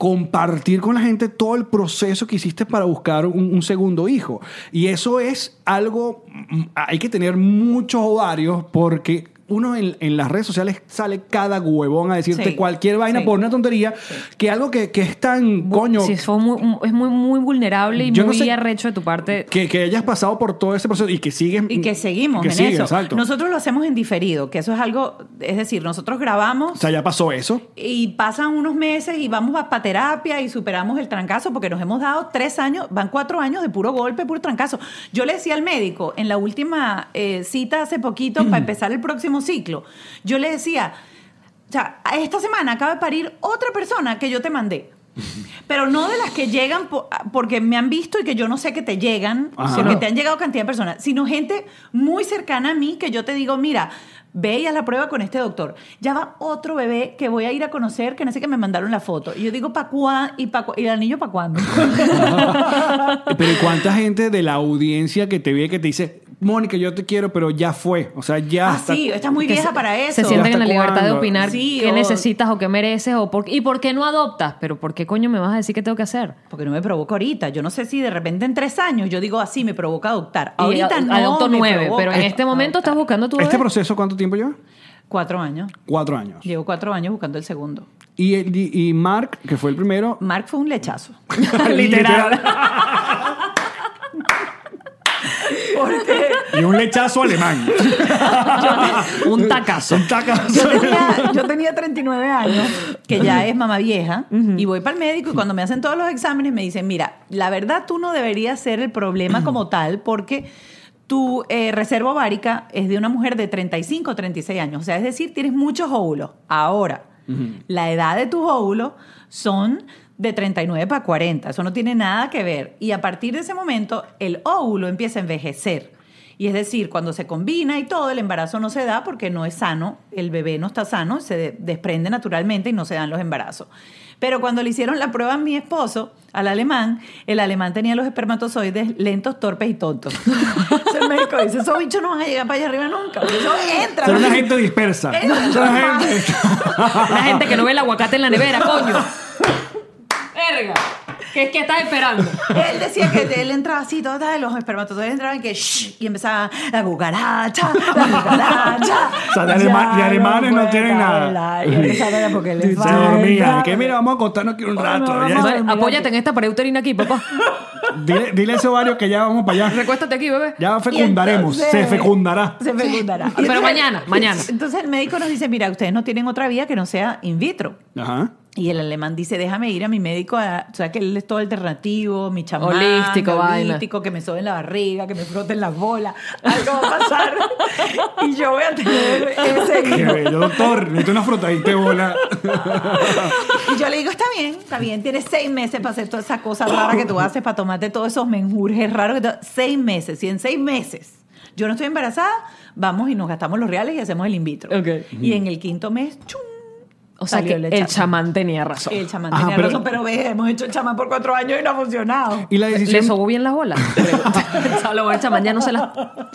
A: compartir con la gente todo el proceso que hiciste para buscar un, un segundo hijo. Y eso es algo, mm, hay que tener muchos ovarios porque... Uno en, en las redes sociales sale cada huevón a decirte
B: Sí.
A: cualquier vaina
B: Sí.
A: por una tontería que algo que, que es tan coño
C: Sí, fue muy- mu- es muy, muy vulnerable y
A: Yo no
C: muy
A: sé-
C: arrecho de tu parte.
A: que, que hayas pasado por todo ese proceso y que sigues
B: y que seguimos
A: que
B: en
A: sigues,
B: eso.
A: exacto.
B: Nosotros lo hacemos en diferido, que eso es algo, es decir, nosotros grabamos
A: o sea ya pasó eso
B: y pasan unos meses y vamos a pa terapia y superamos el trancazo porque nos hemos dado tres años, van cuatro años de puro golpe, puro trancazo. Yo le decía al médico en la última eh, cita hace poquito para empezar el próximo ciclo, yo le decía, o sea, a esta semana acaba de parir otra persona que yo te mandé. Pero no de las que llegan po- porque me han visto y que yo no sé que te llegan,
A: Ajá.
B: porque te han llegado cantidad de personas, sino gente muy cercana a mí que yo te digo, mira, ve y haz la prueba con este doctor. Ya va otro bebé que voy a ir a conocer, que no sé que me mandaron la foto. Y yo digo, ¿pa' cuándo? ¿Y, pa' cu- y el niño para cuándo?
A: Pero ¿y cuánta gente de la audiencia que te ve que te dice, Mónica, yo te quiero, pero ya fue? O sea, ya.
B: ah,
A: hasta-
B: sí, estás muy
C: que
B: vieja
C: se-
B: para eso.
C: Se sienten en
A: ¿Hasta
C: la libertad de
A: cuándo?
C: opinar
B: Sí,
C: qué
B: o-
C: necesitas o qué mereces o por, y por qué no adoptas. Pero ¿por qué coño me vas a decir qué tengo que hacer?
B: Porque no me provoca ahorita. Yo no sé si de repente en tres años yo digo así, me provoca adoptar.
C: Y
B: Ahorita
C: ad-
B: no.
C: adopto
B: me
C: nueve,
B: provoca
C: pero en este momento
B: adoptar.
C: estás buscando tu
A: ¿Este
C: bebé.
A: proceso cuánto tiempo lleva?
B: Cuatro años.
A: Cuatro años.
B: Llevo cuatro años buscando el segundo.
A: Y, el- y, y Mark, que fue el primero.
B: Mark fue un lechazo. Porque
A: y un lechazo alemán.
C: un tacazo.
A: Un
B: yo
A: tacazo.
B: tenía, yo tenía 39 años, que ya es mamá vieja, y voy para el médico y cuando me hacen todos los exámenes me dicen, mira, la verdad tú no deberías ser el problema como tal porque tu eh, reserva ovárica es de una mujer de 35 o 36 años, o sea, es decir, tienes muchos óvulos. Ahora, la edad de tus óvulos son de 39 para 40, eso no tiene nada que ver. Y a partir de ese momento, el óvulo empieza a envejecer. Y es decir, cuando se combina y todo, el embarazo no se da porque no es sano, el bebé no está sano, se de- desprende naturalmente y no se dan los embarazos. Pero cuando le hicieron la prueba a mi esposo, al alemán, el alemán tenía los espermatozoides lentos, torpes y tontos. Entonces el médico dice, esos bichos no van a llegar para allá arriba nunca. Eso entra.
A: Son una gente dispersa.
B: Entra.
A: Son una gente.
C: La gente que no ve el aguacate en la nevera, coño. Verga. ¿Qué, qué estás esperando?
B: Él decía que él entraba así, todos los espermatozoides entraban y que shh, y empezaba la cucaracha, la cucaracha.
A: O sea, de alema- de alemanes no
B: puede
A: tienen nada.
B: hablar, y esa era porque le
A: Se
B: falta.
A: dormían. Que mira, vamos a contarnos aquí un rato. Ya-
B: Vamos.
C: Bueno, apóyate en esta pared uterina aquí, papá.
A: dile, dile a ese ovario que ya vamos para allá.
C: Recuéstate aquí, bebé.
A: Ya fecundaremos.
B: Y
A: se
B: entonces-
A: fecundará.
B: Se fecundará.
C: Pero mañana, mañana.
B: Entonces el médico nos dice, mira, ustedes no tienen otra vía que no sea in vitro.
A: Ajá.
B: Y el alemán dice, déjame ir a mi médico, a- o sea, que él es todo alternativo, mi chamán,
C: Holístico, vaina.
B: holístico, que me soben la barriga, que me froten las bolas, algo va a pasar. y yo voy a tener
A: Qué
B: ese...
A: bello, doctor. Necesito una frotadita de bola.
B: Y yo le digo, está bien, está bien, tienes seis meses para hacer todas esas cosas raras que tú haces, para tomarte todos esos menjurjes raros. Que tú- Seis meses, y en seis meses yo no estoy embarazada, vamos y nos gastamos los reales y hacemos el in vitro.
C: Ok.
B: Y en el quinto mes, ¡chum!
C: O sea que
B: Salió
C: el chamán tenía
B: Sí,
C: razón.
B: El chamán
A: Ajá,
B: tenía
A: pero-
B: razón, pero ve, hemos hecho el chamán por cuatro años y no ha funcionado.
A: Y la
C: ¿Le
A: decisión,
C: sobó bien las bolas? Pregunta. A lo mejor el chamán ya no se las...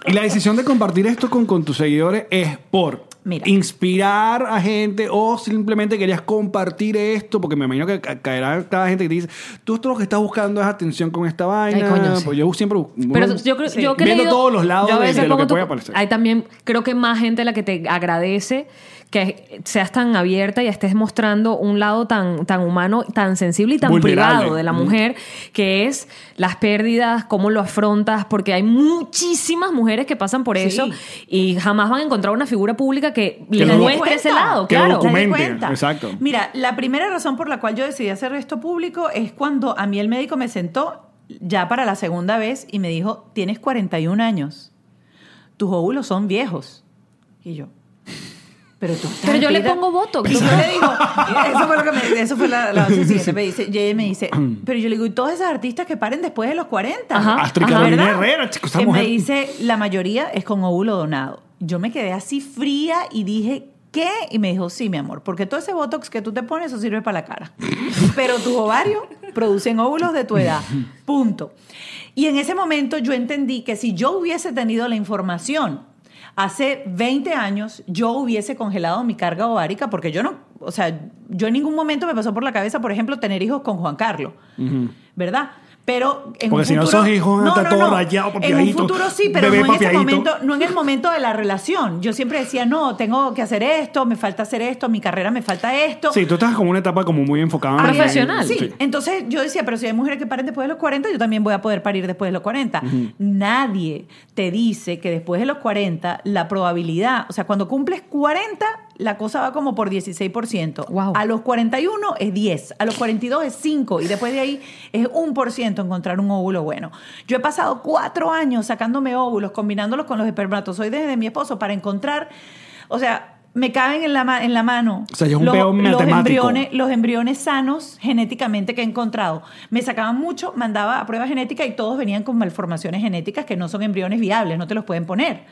A: y la decisión de compartir esto con, con tus seguidores es por
B: Mira.
A: inspirar a gente o simplemente querías compartir esto, porque me imagino que ca- caerá cada gente que te dice, tú esto lo que estás buscando es atención con esta vaina.
C: coño, sí.
A: Pues yo siempre bu-
C: Pero
A: uno-
C: yo creo yo he
A: viendo
C: creído-
A: todos los lados
C: yo a
A: de,
C: veces
A: de lo
C: pongo
A: que
C: tu-
A: puede aparecer.
C: Hay también, creo que más gente la que te agradece que seas tan abierta y estés mostrando un lado tan, tan humano, tan sensible y tan
A: Vulnerable.
C: privado de la
A: Mm.
C: mujer, que es las pérdidas, cómo lo afrontas, porque hay muchísimas mujeres que pasan por
B: Sí.
C: eso y jamás van a encontrar una figura pública que,
A: Que
C: les
A: lo-
C: muestre ese lado,
A: que
C: claro.
A: lo documente.
B: Me di cuenta.
A: exacto.
B: Mira, la primera razón por la cual yo decidí hacer esto público es cuando a mí el médico me sentó ya para la segunda vez y me dijo, tienes 41 años, tus óvulos son viejos. Y yo, pero tú estás
C: Pero yo le
B: metida-
C: pongo botox.
B: Y yo le digo, eso fue lo que me eso fue la, la siguiente, me dice, y ella me dice, pero yo le digo, y todas esas artistas que paren después de los 40.
C: Ajá.
A: Astrid
C: Ajá,
A: Carolina
B: ¿verdad?
A: Herrera, chicos, esa
B: Que
A: mujer-
B: me dice, la mayoría es con óvulo donado. Yo me quedé así fría y dije, ¿qué? Y me dijo, sí, mi amor, porque todo ese botox que tú te pones, eso sirve para la cara. Pero tus ovarios producen óvulos de tu edad. Punto. Y en ese momento yo entendí que si yo hubiese tenido la información hace 20 años, yo hubiese congelado mi carga ovárica porque yo no, o sea, yo en ningún momento me pasó por la cabeza, por ejemplo, tener hijos con Juan Carlos. ¿Verdad? Pero en
A: Porque
B: un
A: si no
B: futuro-
A: sos hijo,
B: No,
A: está
B: no,
A: todo
B: no.
A: rayado,
B: En un
A: papiadito,
B: futuro sí, pero
A: bebé
B: no en, ese
A: papiadito.
B: momento, no en el momento de la relación. Yo siempre decía, no, tengo que hacer esto, me falta hacer esto, mi carrera me falta esto.
A: Sí, tú estás como en una etapa como muy enfocada. en-
C: Profesional.
B: Sí. entonces yo decía, pero si hay mujeres que paren después de los 40, yo también voy a poder parir después de los 40. Nadie te dice que después de los 40 la probabilidad, o sea, cuando cumples 40, la cosa va como por 16%.
C: Wow.
B: A los 41 es 10, a los 42 es 5 y después de ahí es 1% encontrar un óvulo bueno. Yo he pasado cuatro años sacándome óvulos, combinándolos con los espermatozoides de mi esposo para encontrar, o sea... Me caben en la, ma- en la mano
A: O sea, ya es un
B: los-
A: peo
B: los
A: matemático.
B: embriones, los embriones sanos genéticamente que he encontrado. Me sacaban mucho, mandaba a prueba genética y todos venían con malformaciones genéticas que no son embriones viables, no te los pueden poner.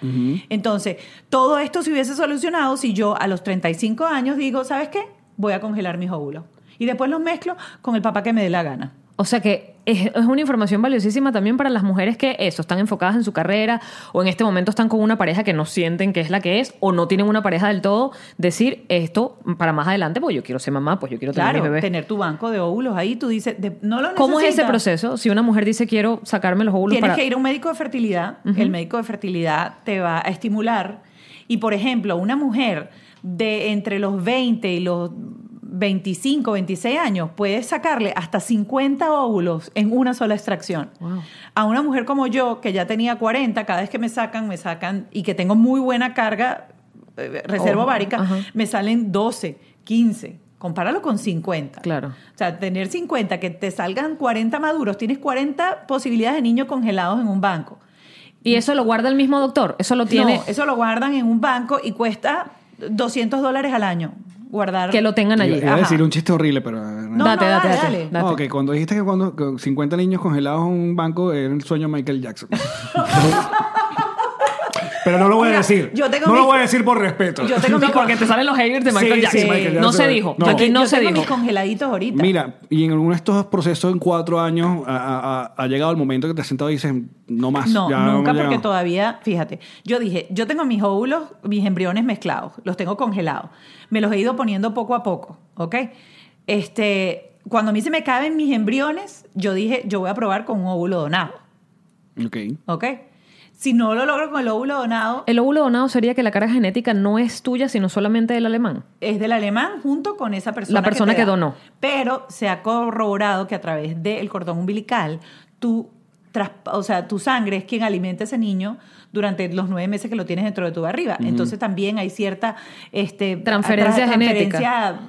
B: Entonces, todo esto se hubiese solucionado si yo a los 35 años digo, ¿sabes qué? Voy a congelar mis óvulos. Y después los mezclo con el papá que me dé la gana.
C: O sea que es, es una información valiosísima también para las mujeres que eso, están enfocadas en su carrera o en este momento están con una pareja que no sienten que es la que es o no tienen una pareja del todo, decir esto para más adelante, pues yo quiero ser mamá, pues yo quiero tener mi
B: Claro,
C: bebé.
B: tener tu banco de óvulos ahí, tú dices, de- no lo
C: ¿Cómo es ese
B: necesitas.
C: proceso? Si una mujer dice quiero sacarme los óvulos
B: Tienes
C: para...
B: que ir a un médico de fertilidad. El médico de fertilidad te va a estimular. Y, por ejemplo, una mujer de entre los 20 y los 25, 26 años puede sacarle hasta 50 óvulos en una sola extracción.
C: Wow.
B: A una mujer como yo, que ya tenía 40, cada vez que me sacan, me sacan y que tengo muy buena carga, eh, reserva
C: Oh,
B: ovárica,
C: ajá.
B: me salen 12, 15. Compáralo con 50.
C: Claro.
B: O sea, tener 50, que te salgan 40 maduros, tienes 40 posibilidades de niños congelados en un banco.
C: Y eso lo guarda el mismo doctor, eso lo tiene...
B: No, eso lo guardan en un banco y cuesta 200 dólares al año guardar.
C: Que lo tengan allí.
A: Iba iba a
B: Ajá.
A: decir un chiste horrible, pero...
B: No,
C: date,
B: no,
C: date,
B: dale,
C: date,
B: dale.
C: date.
A: No, que cuando dijiste que cuando que 50 niños congelados en un banco era el sueño de Michael Jackson. Pero no lo voy a
B: Mira,
A: decir.
B: yo tengo
A: no lo
B: mis-
A: voy a decir por respeto.
B: Yo tengo
C: No,
B: mi-
C: porque te salen los haters de
A: Sí,
C: Michael
A: sí,
C: Jackson.
A: Michael
C: No
A: Jackson.
C: se dijo.
A: No.
C: Aquí no
B: yo
C: se
B: tengo
C: dijo.
B: mis congeladitos ahorita.
A: Mira, y en alguno de estos procesos en cuatro años ha, ha- ha- ha llegado el momento que te has sentado y dices, no más.
B: No,
A: ya
B: nunca
A: hemos
B: porque
A: llegado.
B: todavía, fíjate, yo dije, yo tengo mis óvulos, mis embriones mezclados, los tengo congelados, me los he ido poniendo poco a poco, ¿ok? Este, cuando a mí se me caben mis embriones, yo dije, yo voy a probar con un óvulo donado,
A: Ok.
B: ¿ok? Si no lo logro con el óvulo donado,
C: El óvulo donado sería que la carga genética no es tuya, sino solamente del alemán.
B: es del alemán junto con esa persona.
C: La persona
B: te
C: que
B: da.
C: donó.
B: Pero se ha corroborado que a través del cordón umbilical tú tras- o sea, tu sangre es quien alimenta a ese niño durante los nueve meses que lo tienes dentro de tu barriga. Entonces también hay cierta este,
C: Transferencia
B: tra-
C: genética.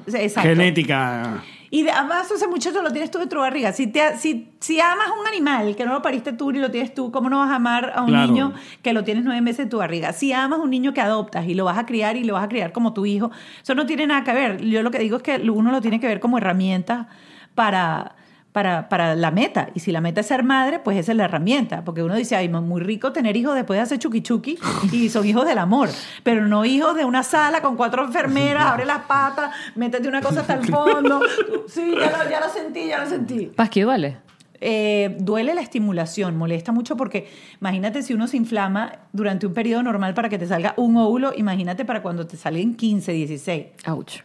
B: transferencia- exacto.
A: Genética.
B: Y de- además ese muchacho lo tienes tú dentro de tu barriga. Si, te, si, si amas a un animal que no lo pariste tú ni lo tienes tú, ¿cómo no vas a amar a un
A: Claro.
B: niño que lo tienes nueve meses en tu barriga? Si amas a un niño que adoptas y lo vas a criar y lo vas a criar como tu hijo, eso no tiene nada que ver. Yo lo que digo es que lo- uno lo tiene que ver como herramienta para... Para, para la meta. Y si la meta es ser madre, pues esa es la herramienta. Porque uno dice, ay, ma- muy rico tener hijos después de hacer chuki chuki y son hijos del amor. Pero no hijos de una sala con cuatro enfermeras, abre las patas, métete una cosa hasta el fondo. Sí, ya lo, ya lo sentí, ya lo sentí.
C: Pasqui duele.
B: Eh, duele la estimulación, molesta mucho porque imagínate si uno se inflama durante un periodo normal para que te salga un óvulo, imagínate para cuando te salgan 15, 16.
C: Ouch.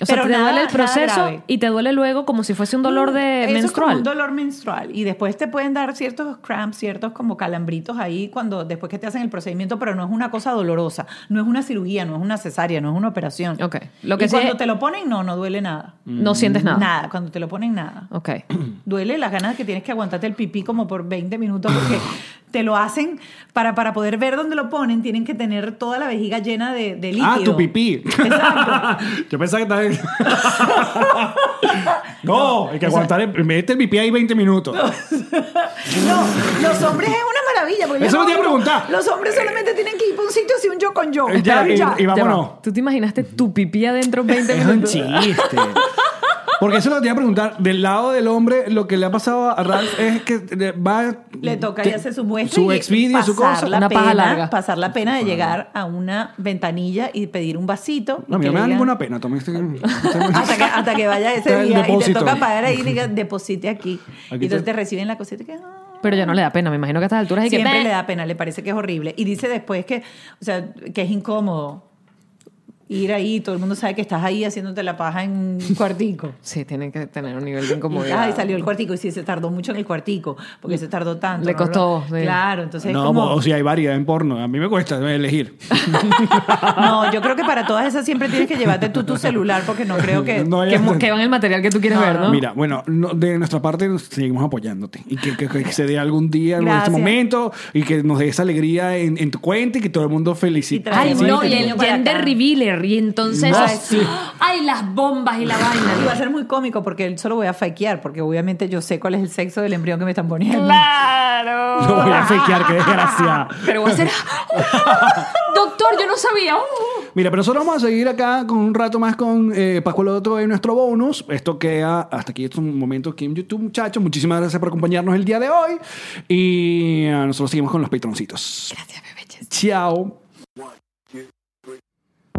C: O sea,
B: Pero
C: te
B: nada-
C: duele el
B: nada
C: proceso
B: grave. Mm,
C: y te duele luego como si fuese un dolor de
B: Eso es como
C: menstrual.
B: un dolor menstrual. Y después te pueden dar ciertos cramps, ciertos como calambritos ahí cuando después que te hacen el procedimiento, pero no es una cosa dolorosa. No es una cirugía, no es una cesárea, no es una operación.
C: Ok. Lo que
B: y
C: sí
B: cuando
C: es-
B: te lo ponen, no, no duele nada.
C: No sientes nada.
B: Nada, cuando te lo ponen, nada.
C: Ok.
B: Duele las ganas que tienes que aguantarte el pipí como por 20 minutos porque te lo hacen para, para poder ver dónde lo ponen, tienen que tener toda la vejiga llena de, de líquido.
A: Ah, tu pipí.
B: Exacto.
A: Yo pensaba que estaba. no, hay que aguantar. el- Mete el pipí ahí 20 minutos.
B: No, los hombres es una maravilla. Porque yo
A: Eso
B: no
A: me te iba a
B: oigo.
A: preguntar.
B: Los hombres solamente tienen que ir para un sitio así un yo con yo.
A: Eh, ya,
B: Pero
A: y-
B: ya.
A: y vámonos.
C: Ya va. ¿Tú te imaginaste tu pipí adentro 20
A: Es un
C: minutos?
A: chiste. Porque eso lo te iba a preguntar. Del lado del hombre, lo que le ha pasado a Ralph es que eh, va.
B: Le toca
A: te-
B: ya hacer su muestra
A: Su
B: y
A: expedia, su
B: pasar
A: cosa.
B: la
C: Una paja
B: pena-
C: larga.
B: Pasar la
A: Ah.
B: pena de llegar a una ventanilla y pedir un vasito.
A: No, a mí
B: que
A: no me
B: le
A: da
B: digan-
A: ninguna pena. Tomé este-
B: hasta que, hasta que vaya ese
A: El
B: día y te
A: depósito.
B: toca pagar ahí y diga, deposite aquí.
A: Aquí
B: y entonces
A: te-
B: te reciben la cosita y que... "Ah".
C: Pero ya no le da pena, me imagino que a estas alturas hay que...
B: Siempre le da pena, le parece que es horrible. Y dice después que, o sea, que es incómodo ir ahí, todo el mundo sabe que estás ahí haciéndote la paja en un cuartico.
C: Sí, tienen que tener un nivel de
B: Y,
C: incomodidad.
B: ay, salió el cuartico y sí, se tardó mucho en el cuartico, porque se tardó tanto.
C: Le
B: bla, bla, bla.
C: costó, sí.
B: Claro, entonces
A: No,
B: es como...
A: o sea, hay variedad en porno. A mí me cuesta elegir.
B: No, yo creo que para todas esas siempre tienes que llevarte tú tu celular, porque no creo que...
A: No hay
C: Que, mu-
A: hasta-
C: que van el material que tú quieres
B: No,
C: ver, ¿no?
A: Mira, bueno, no- de nuestra parte nos- seguimos apoyándote y que, que- que se dé algún día en este
B: Gracias.
A: momento y que nos dé esa alegría en, en tu cuenta y que todo el mundo felicite.
B: Y
C: Ay,
B: Sí,
C: no,
B: sí,
C: y
B: sí.
C: el gender revealer, y entonces...
A: No,
C: ay,
A: sí.
C: Ay, las bombas y la vaina.
B: Y va a ser muy cómico porque solo voy a fakear, porque obviamente yo sé cuál es el sexo del embrión que me están poniendo.
C: ¡Claro!
A: Lo voy a fakear, qué desgracia.
C: Pero voy a ser... ¡ah! ¡Oh! Doctor, yo no sabía. ¡Oh!
A: Mira, pero nosotros vamos a seguir acá con un rato más con eh, Pascual Otto en nuestro bonus. Esto queda hasta aquí, estos momentos aquí en YouTube, muchachos. Muchísimas gracias por acompañarnos el día de hoy. Y eh, nosotros seguimos con los patroncitos.
C: Gracias, bebeches.
A: Chao.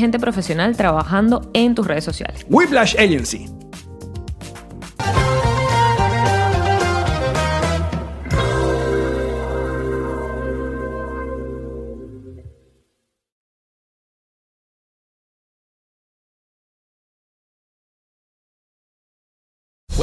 C: gente profesional trabajando en tus redes sociales.
A: Whiplash Agency.